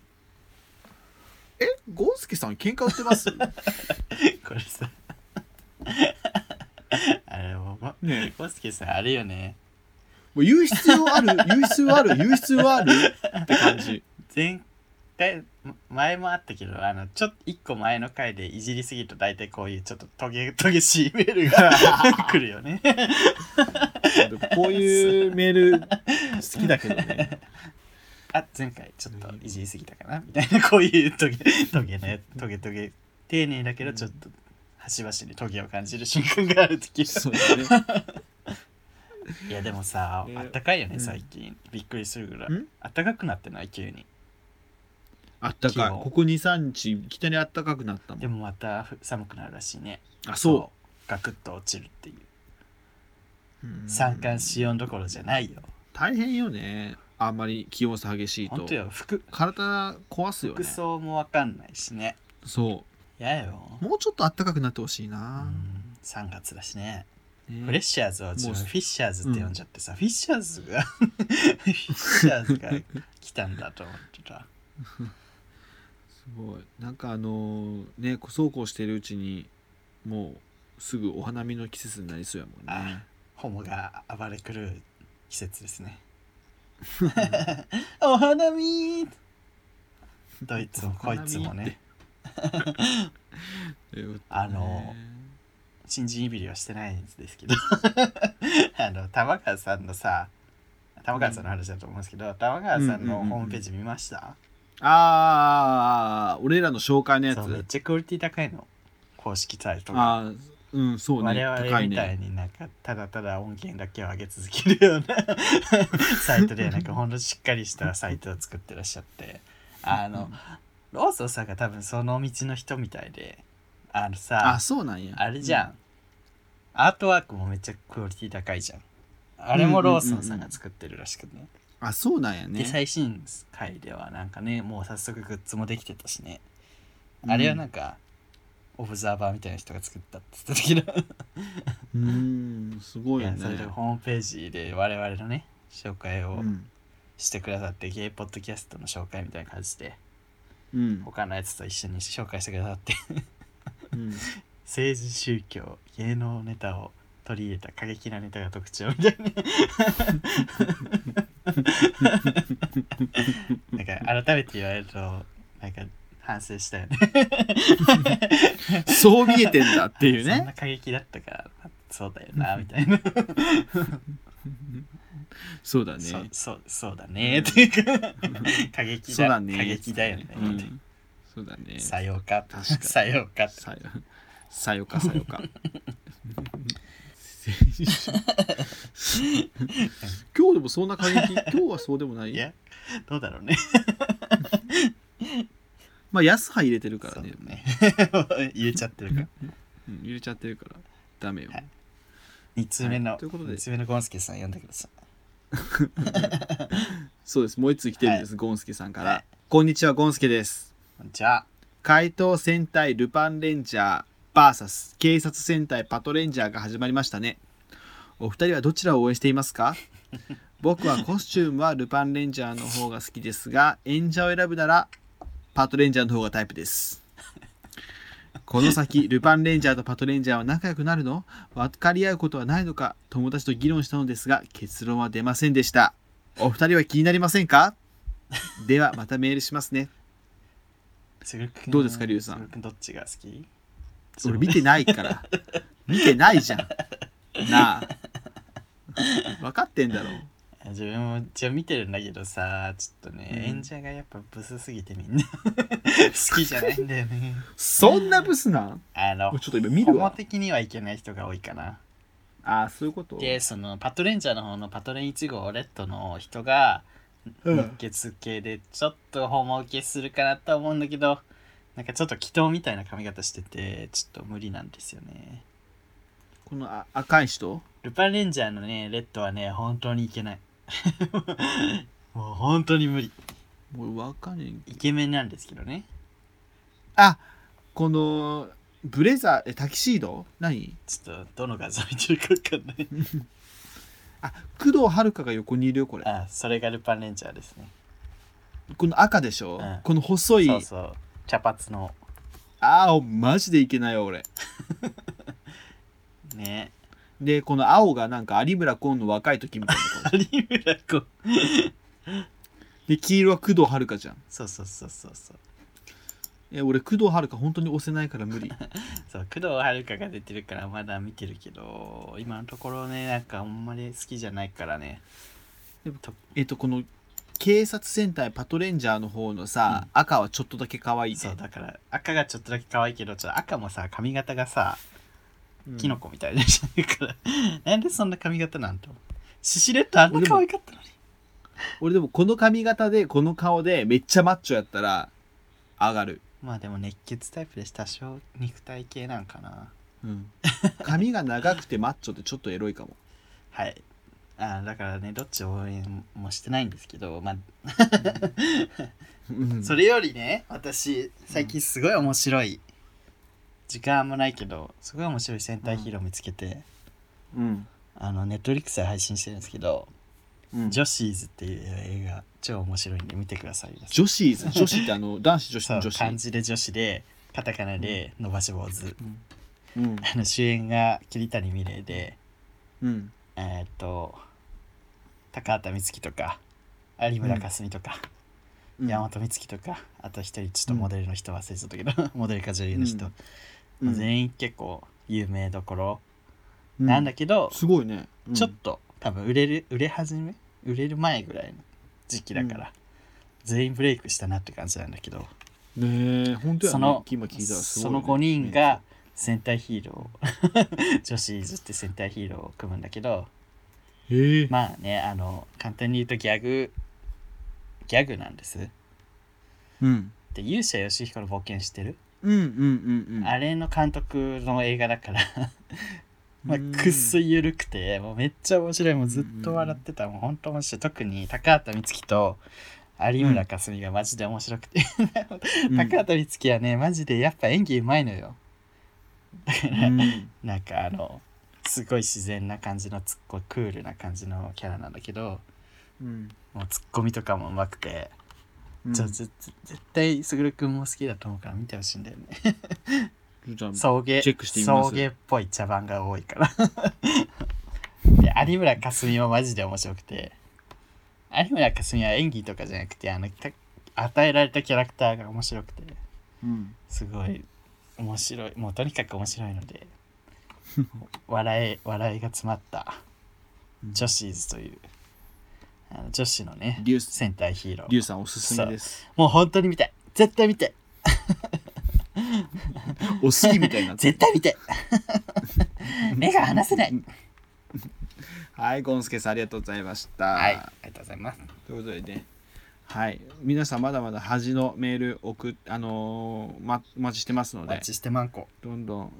えゴンスケさん喧嘩売ってます
これさ。 あれもう、
ね
ボスケさん、あれよね。
もう言う必要ある言う必要ある言う必要あるって感じ
前回、前もあったけど、あの、ちょっと一個前の回でいじりすぎると大体こういうちょっと トゲトゲしいメールが 来るよね。
こういうメール好きだけどね
あ、前回ちょっといじりすぎたかなみたいな、こういうトゲトゲね、トゲトゲ。丁寧だけど、ちょっと端々にトゲを感じる瞬間がある時が
そうだね
いやでもさ、
ね
あったかいよね、
うん
最近。びっくりするぐらい
ん。
あったかくなってない、急に。
あったかい
昨日
ここ23日いきなりあったかくなったも
で
ん
もまたふ寒くなるらしいね。
あそ
そう。ガクッと落ちるっていう。
ううん
三寒四温どころじゃないよ。
大変よねあんまり気温差激しい
ほん
と
とよ、服
体壊すよ
服
ね
装もわかんないしね。
そ
やよ
う。もうちょっとあったかくなってほしいうな、
ん、3月だしね。
ね
フレッシャーズを自分
もう
フィッシャーズって呼んじゃってさ、フィッシャーズが フィッシャーズが来たんだと思ってた。
すごいなんかあのーねそうこうしてるうちにもうすぐお花見の季節になりそうやもんね
あホモが暴れ狂う季節で すね。お花見どいつもこいつもね、
ということで
あの新人いびりはしてないんですけど、 あの、玉川さんのさ、玉川さんの話だと思うんですけど、玉川さんのホームページ見ました、
あー俺らの紹介のやつ
そうめっちゃクオリティ高いの。公式サイトが。
あーうんそうね
我
高
々
い
みたい
ね
になんかただただ音源だけを上げ続けるような サイトでなんかほんとしっかりしたサイトを作ってらっしゃってあのローソンさんが多分その道の人みたいであのさ
あそうなんや
あれじゃん、アートワークもめっちゃクオリティ高いじゃんあれもローソンさんが作ってるらしくね、
あそうなんやね
で最新回ではなんかねもう早速グッズもできてたしねあれはなんか、オブザーバーみたいな人が作ったって言ってたけど
うーんすごい
い
よ
や
ね
それでホームページで我々のね紹介
う
を
ん
してくださって、ゲイポッドキャストの紹介みたいな感じで
うん
他のやつと一緒に紹介してくださって
うん
政治宗教芸能ネタを取り入れた過激なネタが特徴みた いななんか改めて言われるとなんか反省したよね
そう見えてんだっていう
そんな
ね
過激だったからそうだよなみ たいな、
そうだね
そうそうそうだねっていうか過激
そう
だ
だね
過激だよね、
うんそうだね
さようか
確かに
さようか
さよさよかさよ か今日でもそんな過 激今日はそうでもない
いやどうだろうね
まあ安葉入れてるからね
そうね 言えちゃってるから
うん、入れちゃってるからダメよ、
はい2通目
は
の
いということで
2通目のゴンスケさん読んだけどさ
そうですもう一つ来てるんです、ゴンスケさんから、
はい
こんにちはゴンスケです
じゃあ
怪盗戦隊ルパンレンジャー VS 警察戦隊パトレンジャーが始まりましたねお二人はどちらを応援していますか僕はコスチュームはルパンレンジャーの方が好きですが演者を選ぶならパトレンジャーの方がタイプですこの先ルパンレンジャーとパトレンジャーは仲良くなるの分かり合うことはないのか友達と議論したのですが結論は出ませんでしたお二人は気になりませんかではまたメールしますね
すぐるくん
どうですかリュウさん
すぐるくどっちが好き
俺見てないから見てないじゃんなあ分かってんだろ
自分も一応見てるんだけどさちょっとね、
うん
演者がやっぱブスすぎてみんな 好きじゃないんだよね
そんなブスなん
あの
ちょっと今見る
ホモ
わ
的にはいけない人が多いかな
ああそういうこと
でそのパトレンジャーの方のパトレン1号レッドの人が
うん
熱血系でちょっとホモ受けするかなと思うんだけどなんかちょっと祈祷みたいな髪型しててちょっと無理なんですよね
このあ赤い人
ルパンレンジャーのねレッドはね本当にいけない もう本当に無理
もう分かんない
イケメンなんですけどね
あこのブレザーえタキシード何
ちょっとどの画像見てるか分かんない。
あ工藤遥が横にいるよこれ
あ、それがルパンレンジャーですね。
この赤でしょ、
うん
この細い
そうそう。茶髪の。
ああマジでいけないよ俺
ね。
でこの青がなんか有村昆の若い時みたいな顔して
有村子。
で黄色は工藤遥じゃん
そうそうそうそうそう。
え俺工藤遥本当に押せないから無理
そう工藤遥が出てるからまだ見てるけど今のところねなんかあんまり好きじゃないからね
えっとこの警察戦隊パトレンジャーの方のさ、赤はちょっとだけ可愛いね
そうだから赤がちょっとだけ可愛いけどちょっと赤もさ髪型がさ
うん
キノコみたいでしょだから、なんでそんな髪型なんとシシレットあんな可愛かったのに
俺でもこの髪型でこの顔でめっちゃマッチョやったら上がる、
まあでも熱血タイプでし多少肉体系なんかな
うん、 髪が長くてマッチョってちょっとエロいかも
はいあだからねどっち応援もしてないんですけどまあ
うん
それよりね私最近すごい面白い、時間もないけどすごい面白い戦隊ヒーロー見つけて、
うん
あのネットリックスで配信してるんですけど「
うん
ジョシーズ」っていう映画超面白いんで見てください皆さん
女子ーズ女子ってあの男子女子
そう
の女子
漢字で女子でカタカナで伸ばし坊主、
うん
あの主演が桐谷美玲で
うん
えーっと高畑充希とか有村架純とか、
うん
山本美月とかあと一人ちょっとモデルの人忘れちゃったけど、 モデルか女優の人、
うんうん
全員結構有名どころ
う
なんだけど、
すごいね、うん
ちょっと多分売れる売れ始め売れる前ぐらいの時期だから、全員ブレイクしたなって感じなんだけど、
ねえ本当や
そ
ね
の
今聞いたらすごい
そ
ね、
の5人が戦隊ヒーロー 女子イズって戦隊ヒーローを組むんだけど
へえ
まあねあの簡単に言うとギャグギャグなんです
うん
で勇者ヨシヒコの冒険してる
うんうんうんうん
あれの監督の映画だから まあ
うん
くっそゆるくてもうめっちゃ面白いもうずっと笑ってたもうほんと面白い特に高畑充希と有村架純がマジで面白くて、
うん
高畑充希はねマジでやっぱ演技うまいのよ
うん
なんかあのすごい自然な感じのツッコクールな感じのキャラなんだけど
うん
もうツッコミとかもうまくて、
うん
ちょぜぜ絶対卓君も好きだと思うから見てほしいんだよね
じゃあ
送迎
チェックしてみます
送迎っぽい茶番が多いから で有村架純はマジで面白くて有村架純は演技とかじゃなくてあのた与えられたキャラクターが面白くて
うん
すごい面白いもうとにかく面白い ので笑い笑いが詰まった女子ーズというあの女子のね
リュウ
戦隊ヒーロ
リュウ
ー
さんおすすめです
もう本当に見たい絶対見たい
お好きみたいにな ってる
絶対見 たい目が離せない
はいゴンスケさんありがとうございました
はい、ありがとうございます。
ということでね、はい、皆さんまだまだ恥のメール送っ、あのーま、お待ちしてますの
お
で
待、ちしてまんこ。
どんどん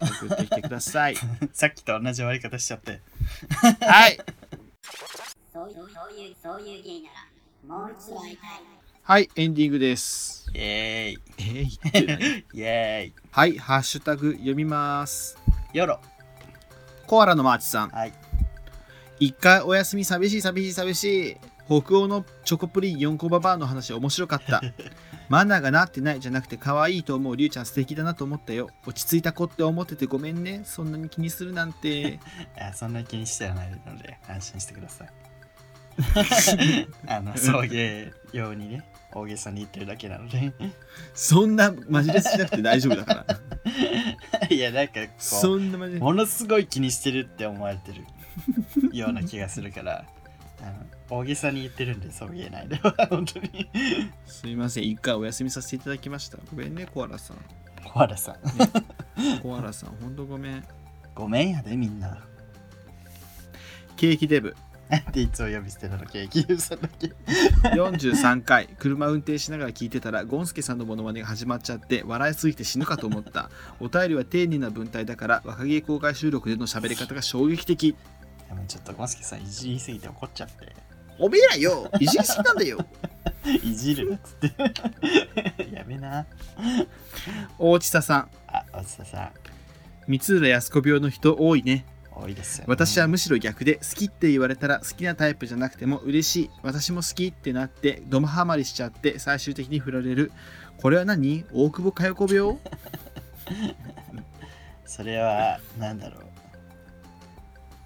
送ってきてください。
さっきと同じ終わり方しちゃって。
はい、
そういう、そういう、そういう芸なら、もう一度会いたい。
はい、エンディングです。
イェーイ。
えー言ってない
イェーイ。
はい、ハッシュタグ読みます。
よろ。
コアラのマーチさん、
はい。
一回お休み寂しい寂しい寂しい。北欧のチョコプリン4個ババアの話面白か った。マナーがなってないじゃなくて可愛いと思うりゅうちゃん素敵だなと思ったよ。落ち着いた子って思っててごめんね。そんなに気にするなんて。
あそんな気にしてはないので、安心してください。 あの、送迎用にね、大げさに言ってるだけなので。
そんなマジレスしなくて大丈夫だから。
いや、なんかこ
そんなマジ
う、
レ
ものすごい気にしてるって思われ てるような気がするから。あの大げさに言ってるんで、そう言えないで、 本当に。
ス。すいません、一回お休みさせていただきました。ごめんね、コアラさん。
小原さん、
コアラさん、ほんとごめん。
ごめんやで、みんな。
ケーキデブ
なんていつお呼び捨てなのケーキユーさんだっけ
43回車運転しながら聞いてたらゴンスケさんのモノマネが始まっちゃって笑いすぎて死ぬかと思ったお便りは丁寧な文体だから若気公開収録での喋り方が衝撃的
でもちょっとマスケさんいじりすぎて怒っちゃって。
おめえらよいじりすぎなんだよ
いじるなっつってやめな
大地佐さん
あおつささん
三浦靖子病の人多いね
多いですよ、ね、
私はむしろ逆で好きって言われたら好きなタイプじゃなくても嬉しい私も好きってなってドマハマりしちゃって最終的に振られるこれは何大久保佳代子病
それはなんだろう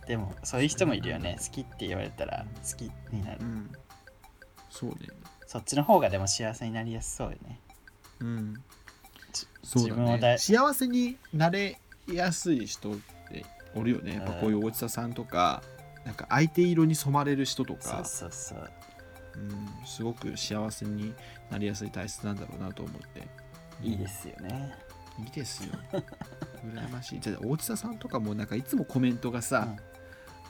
でもそういう人もいるよね好きって言われたら好きになる
うんそうね
そっちの方がでも幸せになりやすそうよね
うん
じ
そうだ
自分を
ね
大
幸せになれやすい人っておるよねやっぱこういう大地佐さんとかなんか相手色に染まれる人と
そ
か
うそうそう
うん、すごく幸せになりやすい体質なんだろうなと思って
いいですよね
いいですよ羨ましいじゃあ大地田さんとかもなんかいつもコメントがさ、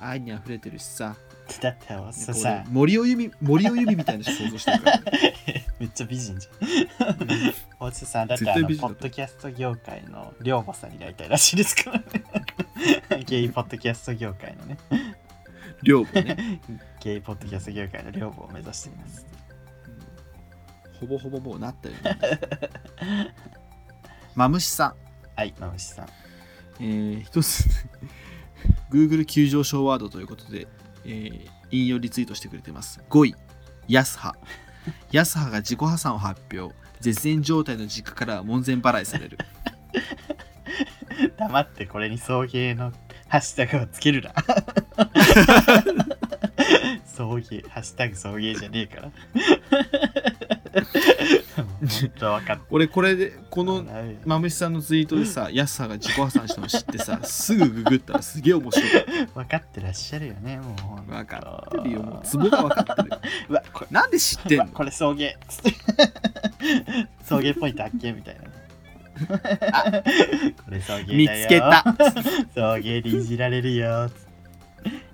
愛にあふれてるしさ
だっておつさ
なん
さ
か俺森尾由美森尾由美みたいな人想像してるから、 ね、
めっちゃ美人じゃん。おじさん、だって
絶
あ
対
の、ポ
美人だ
ッドキャスト業界の寮母さんになりたいらしいです からね。ゲイポッドキャスト業界のね、
量もね
ゲイポッドキャスト業界の寮母を目指しています。
ほぼほぼもうなったよね マムシさん
はい、まぶしさん。
えー一つ Google 急上昇ワードということで、えー引用リツイートしてくれてます5位ヤスハヤスハが自己破産を発表絶縁状態の実家からは門前払いされる
黙ってこれに送迎のハッシュタグをつけるな。送迎、ハッシュタグ送迎じゃね えから。もう本当分かっ
俺これでこの
たないよ。
マムシさんのツイートでさヤスハが自己破産したの知ってさすぐググったらすげえ面白かっ
分かってらっしゃるよね、もう本
た
当。
分かってるよもうツボが分かってるよ
うわ、これ
なんで知ってん
う
の
わこれ送迎 送迎ポイントあっけみたいな。これ送迎だよ
見つけた
送迎でいじられるよ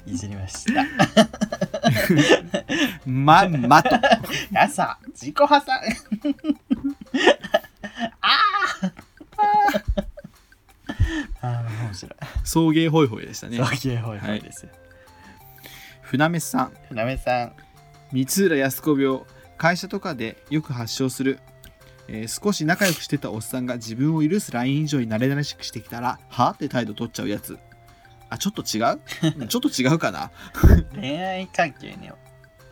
いじりました
まんまと
朝自己破産 あーあー面白い
送迎ホイホイでしたね
送迎ホイホイですよ、
船目さん
船目さん
三浦靖子病会社とかでよく発症する、えー少し仲良くしてたおっさんが自分を許すライン以上に慣れ慣れしくしてきたらはって態度取っちゃうやつあちょっと違う うんちょっと違うかな
恋愛関係ね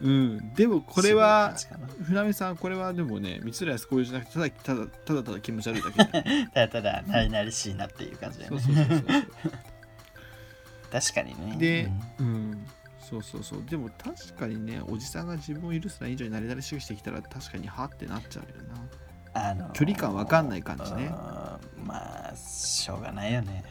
うんでもこれは
すごい感じか
船目さんこれはでもね三浦靖子病じゃなくてただただただただ気持ち悪いだけだ
なただただなりなりしいなっていう感じだ よ
そう
ね
そうそうそう
確かにね
で
うん
うん、そうそうそう。でも確かにね、おじさんが自分を許すな以上に慣れ慣れしくしてきたら確かにはってなっちゃうよな。
あの
距離感わかんない感じね
うーんまあしょうがないよね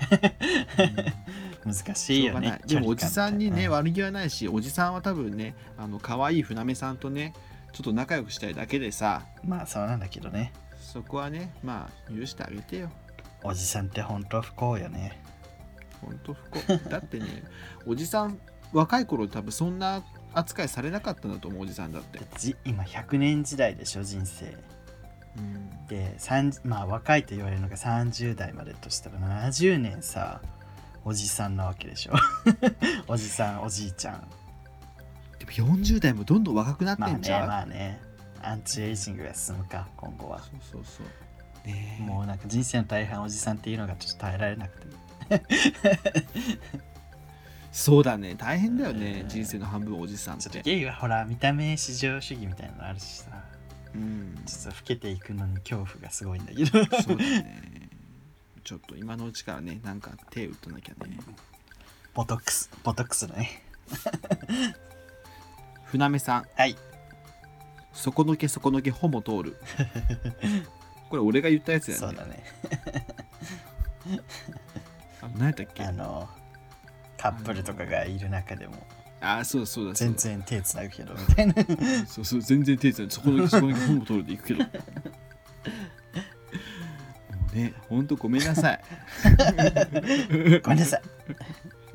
難しいよね
でもおじさんにね、
距離感
悪気はないし、おじさんは多分ね、あの可愛い船目さんとね、ちょっと仲良くしたいだけでさ、
ってうんまあそうなんだけどね
そこはね、まあ許してあげてよ。
おじさんって本当不幸よね
ほんと不幸。 だってね、おじさん、若い頃多分そんな扱いされなかったんだと思う、おじさんだって
だ。ってじ今100年時代でしょ人生
うん、
で30まあ若いと言われるのが30代までとしたら70年さおじさんなわけでしょ おじさんおじいちゃん
でも40代もどんどん若くなって
まあ
ん
ね
じゃん。
まあねアンチエイジングが進むか今後は
そうそうそう。ねえ
もうなんか人生の大半おじさんっていうのがちょっと耐えられなくて
そうだね大変だよね、
うん
人生の半分おじさんっ
ちょっと
て、
ゲイはほら見た目至上主義みたいなのあるしさ
うん、
ちょっと老けていくのに恐怖がすごいんだけど
そうだねちょっと今のうちからねなんか手打っとなきゃね
ボトックスボトックスだね
船目さん
はい
底のけ底のけほも通る これ俺が言ったやつだ
そ
よ
う
ね
だね
あ何やったっけ
あのカップルとかがいる中でも
あそうだそうだそう
全
だ
然手つなぐけどみたいな
そうそう全然手伝いそこのそこの本を取るでいく けどもうねほんとごめんなさい
ごめんなさい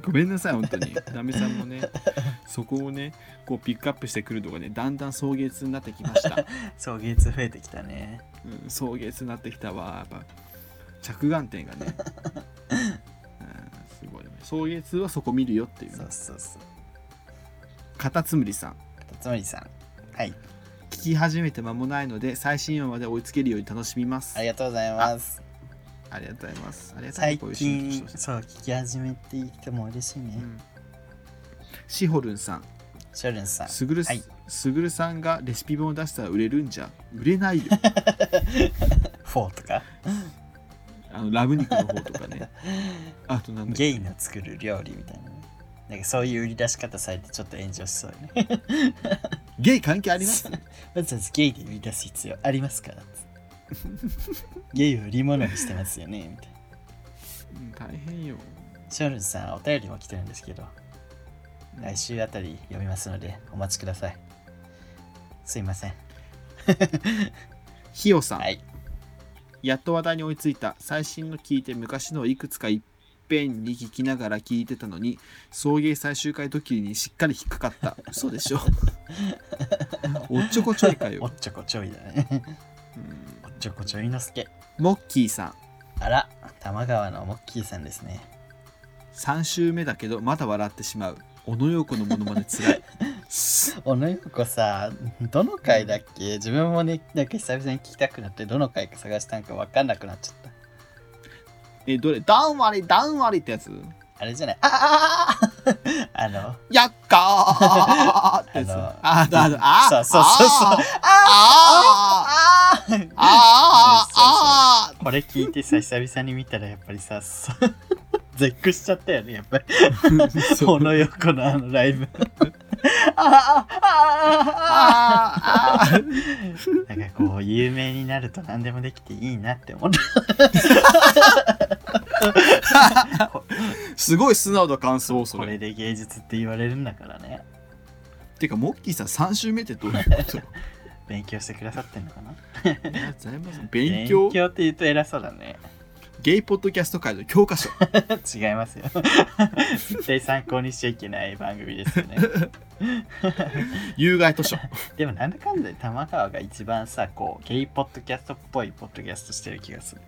ごめんなさい本当にダメさんもねそこをねこうピックアップしてくるのがねだんだん送迎通になってきま した、
送迎通増えてきたね
うん、送迎通になってきたわやっぱ着眼点が ね、うん、すごいね送迎通はそこ見るよっていう
そう
ね
そうそう
カタツムリさん
カタツムリさんはい
昨聞き始めて間もないので最新話まで追いつけるように楽しみます。
ありがとうございます。
ありがとうございます。ありがとうござい
最
ますこういう仕事して
近
ほしい。
そう聞き始めていても嬉しいね。
うんシホルンさん、
ショルンさん。
すぐる,、
はい
すぐるさんがレシピ本を出したら売れるんじゃ売れ ないよ。
フォーとか
あのラム肉の方とかね。あとなんだっけ
ゲイの作る料理みたいなね。なんかそういう売り出し方されてちょっと炎上しそうよね。
ゲイ関係あり ます
わざわざゲイで売り出す必要ありますから。ゲイを売り物にしてますよね。みたい
うん大変よ。
な。ショルンさん、お便りも来てるんですけど、来週あたり読みますので、お待ちください。すいません。
ひよさん、
はい。
やっと話題に追いついた最新の聞いて昔のをいくつかいっぺんに聞きながら聞いてたのに送迎最終回ドッキリにしっかり引っかかった嘘でしょおっちょこちょいか
お
よ、
っちょこちょいだね。
うん
おっちょこちょいのすけ。
モッキーさん
あら、玉川のモッキーさんですね。
3週目だけどまだ笑ってしまう小野陽子のモノマネつらい
小野子さ、どの回だっけ自分もね、なんか久々に聞きたくなって、どの回か探したんか分かんなくなっちゃった。
えどれダンワリダンワリってやつ
あれじゃないああああ ああの、
やっかーってやつ
あの
あだだあ
そうそうそうそう
あーあー
ああ
あーあーあー
これ聞いてさ、久々に見たらやっぱりさ、 そう絶句しちゃったよね、やっぱり。
そう
小野横のあのライ ブ。あああああ
あーあー
あなんかこう、有名になると何でもできていいなって思った。
すごい素直な感想そ
こ
れ
れで芸術って言われるんだからね。
てかモッキーさん3週目ってどういう こと
勉強してくださってんのかな
勉強
勉強って言うと偉そうだね。
ゲイポッドキャスト界の教科書
違いますよ。 絶対参考にしちゃいけない番組ですよね。
有害図書
でもなんだかんだで玉川が一番さ、こう、ゲイポッドキャストっぽいポッドキャストしてる気がする。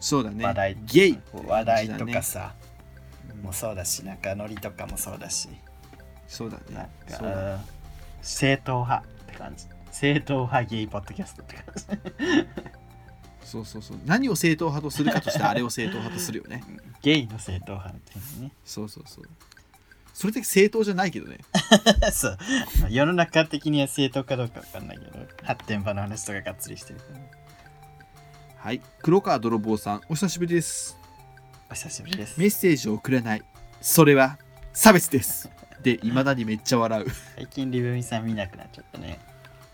そうだね
話題
ゲイ
話題とかさ、もそうだし、中乗りとかもそうだし、
そうだ
なん
ねそうだ
か、正統派って感じ。正統派ゲイポッドキャストって感じ。
そうそうそう何を正統派とするかとしてあれを正統派とするよね
ゲイの正統派みたい なね。
そうそうそうそれって正統じゃないけどね
そう。まあ世の中的には正当かどうかわかんないけど、発展場の話とかがっつりしてるから、
はい黒川泥棒さんお久しぶりです
お久しぶりです。
メッセージを送れないそれは差別ですでいまだにめっちゃ 笑う
最近リブミさん見なくなっちゃったね。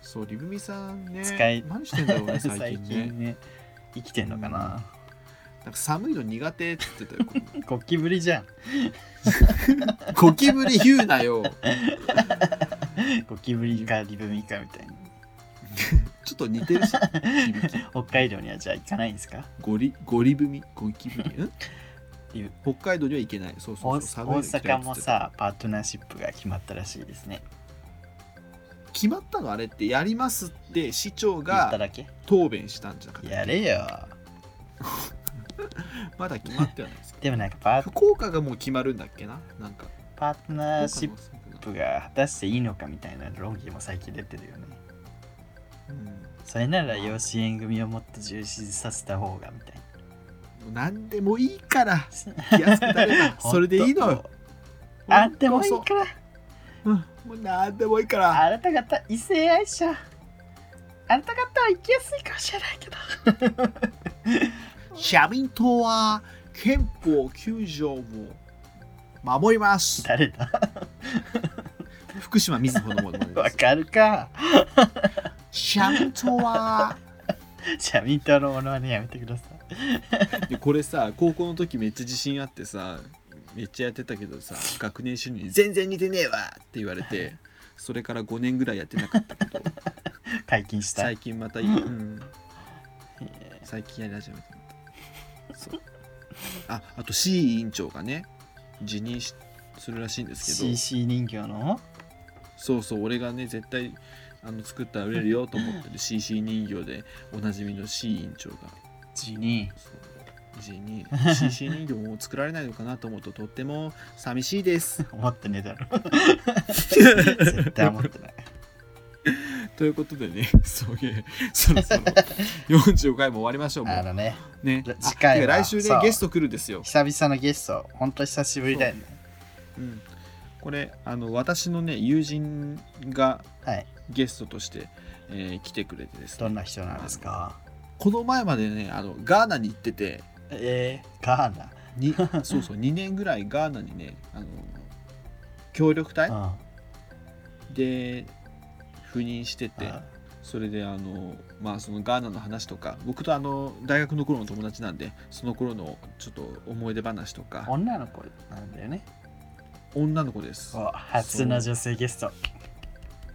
そうリブミさんね
使い
何してんだろうね最
最
近ね
近ね、生きてんのかな、
なんか寒いの苦手って言ってたよこんな
ゴキブリじゃん。
ゴキブリ言うなよ。
ゴキブリかリブミかみたいな。
ちょっと似てるし。響き
北海道にはじゃあ行かないんですか
ゴリ、ゴリブミ、ゴキブリ。ん
リブ
北海道には行けない。そうそ
大
うそう。寒いの嫌いっ
大
て言
阪
って
も。さ、パートナーシップが決まったらしいですね。
決まったのあれってやりますって市長
言った
が
だけ
答弁したんじゃなかった
やれよ。
まだ決まってはないですけ
でもなんかパ
ど。
ー
福岡がもう決まるんだっけななんか。
パートナーシ
福
ッ
岡の
プが果たしていいのかみたいな論議も最近出てるよね。
うん
それなら養子縁組をもっと重視させた方がみたいな。
もう何でもいいから気安くなれ ば それでいいのよ。
あんでもいい
そう
から。
そううんもう何でもいいから
あなた方異性愛者あなた方は生きやすいかもしれないけど
社民党は憲法9条を守ります
誰だ
福島みずほのものま
わ
ねです。
かるか
社民党は
社民党のものはねやめてください
でこれさ高校の時めっちゃ自信あってさめっちゃやってたけどさ学年主任に「全然似てねえわ!」って言われてそれから5年ぐらいやってな かったけど
解禁した
最近また、うん、
え
最近やり始めてそうああと C 委員長がね辞任しするらしいんで
ー
すけど
CC 人形の
そうそう俺がね絶対あの作ったら売れるよと思 ってる CC 人形でおなじみの C 委員長が
ジニ
そう辞 任 CC 人形も作られないのかなと思うととっても寂しい です
ー思ってねえだろ絶対思ってない
ということでね、そういう、そろそろ45回も終わりましょう。も
あ
う
のね、
ね、
ら
あ
次
て
回は
か来週
そ
ね
う、
ゲスト来るんですよ。
久々のゲスト、ほんと久しぶりだよね。
うん、これあの、私のね、友人が
はい。
ゲストとして、えー来てくれてです
どん
ね、
な人なんですか
この前までね、あのガーナに行ってて、
えー、ガー
に そうそう、2年ぐらいガーナにね、あの協力隊
ナ。
で赴任して
うん。
て、それであの、まあ、そのガーナの話とか、僕とあの大学の頃の友達なんで、その頃のちょっと思い出話とか、
女の子なんだよね。
女の子です。
お初の女性ゲスト。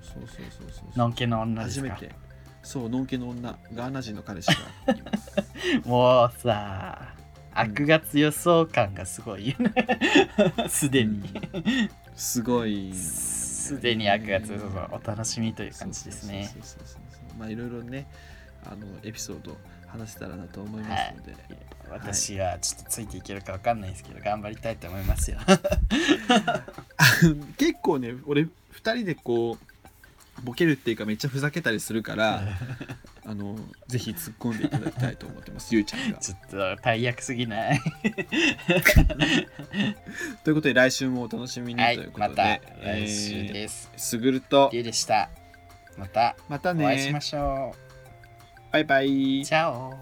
そうそうそうそうそう
のんけの女です
初
か
めてそうのんけの女ガーナ人の彼氏がいます
もうさ、悪が強そう感がすごいよ ね。すでに。
すごい
すでに悪が強そう。お楽しみという
そう
感じですね
そ。うそうそうそうまあいろいろねあのエピソード話せたらなと思いますので、
私はちょっとついていけるかわかんないですけど、頑張りたいと思いますよ。
結構ね俺二人でこうボケるっていうかめっちゃふざけたりするからあのぜひ突っ込んでいただきたいと思ってますゆ うちゃ んが。
ちょっと大役すぎない。
ということで来週もお楽しみにと、
はいいう
こ
ま
とで、
た来週です。
えーすぐると
りゅうでした。また
また
お会いしま
ね
しょ
バイバイ
う。。チャオ。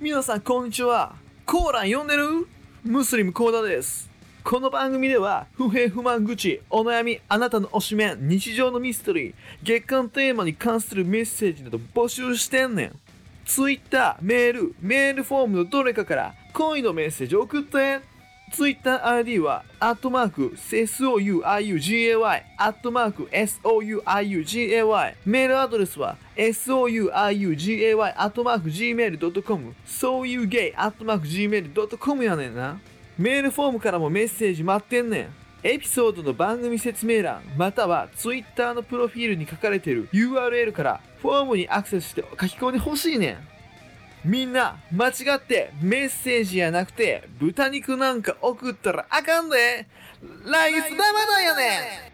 皆さんこんにちはコーラン読んでるムスリムコーダですこの番組では不平不満愚痴お悩みあなたの推しメン日常のミステリー月間テーマに関するメッセージなど募集してんねん Twitter メールメールフォームのどれかから恋のメッセージ送って TwitterID は、アットマーク、souiugay、アットマーク、souiugay。メールアドレスは、souiugay、アットマーク、gmail.com、sougay、アットマーク、gmail.com やねんな。メールフォームからもメッセージ待ってんねん。エピソードの番組説明欄、または Twitter のプロフィールに書かれている URL から、フォームにアクセスして書き込んでほしいねん。みんな、間違ってメッセージやなくて、豚肉なんか送ったらあかんで来月生だよね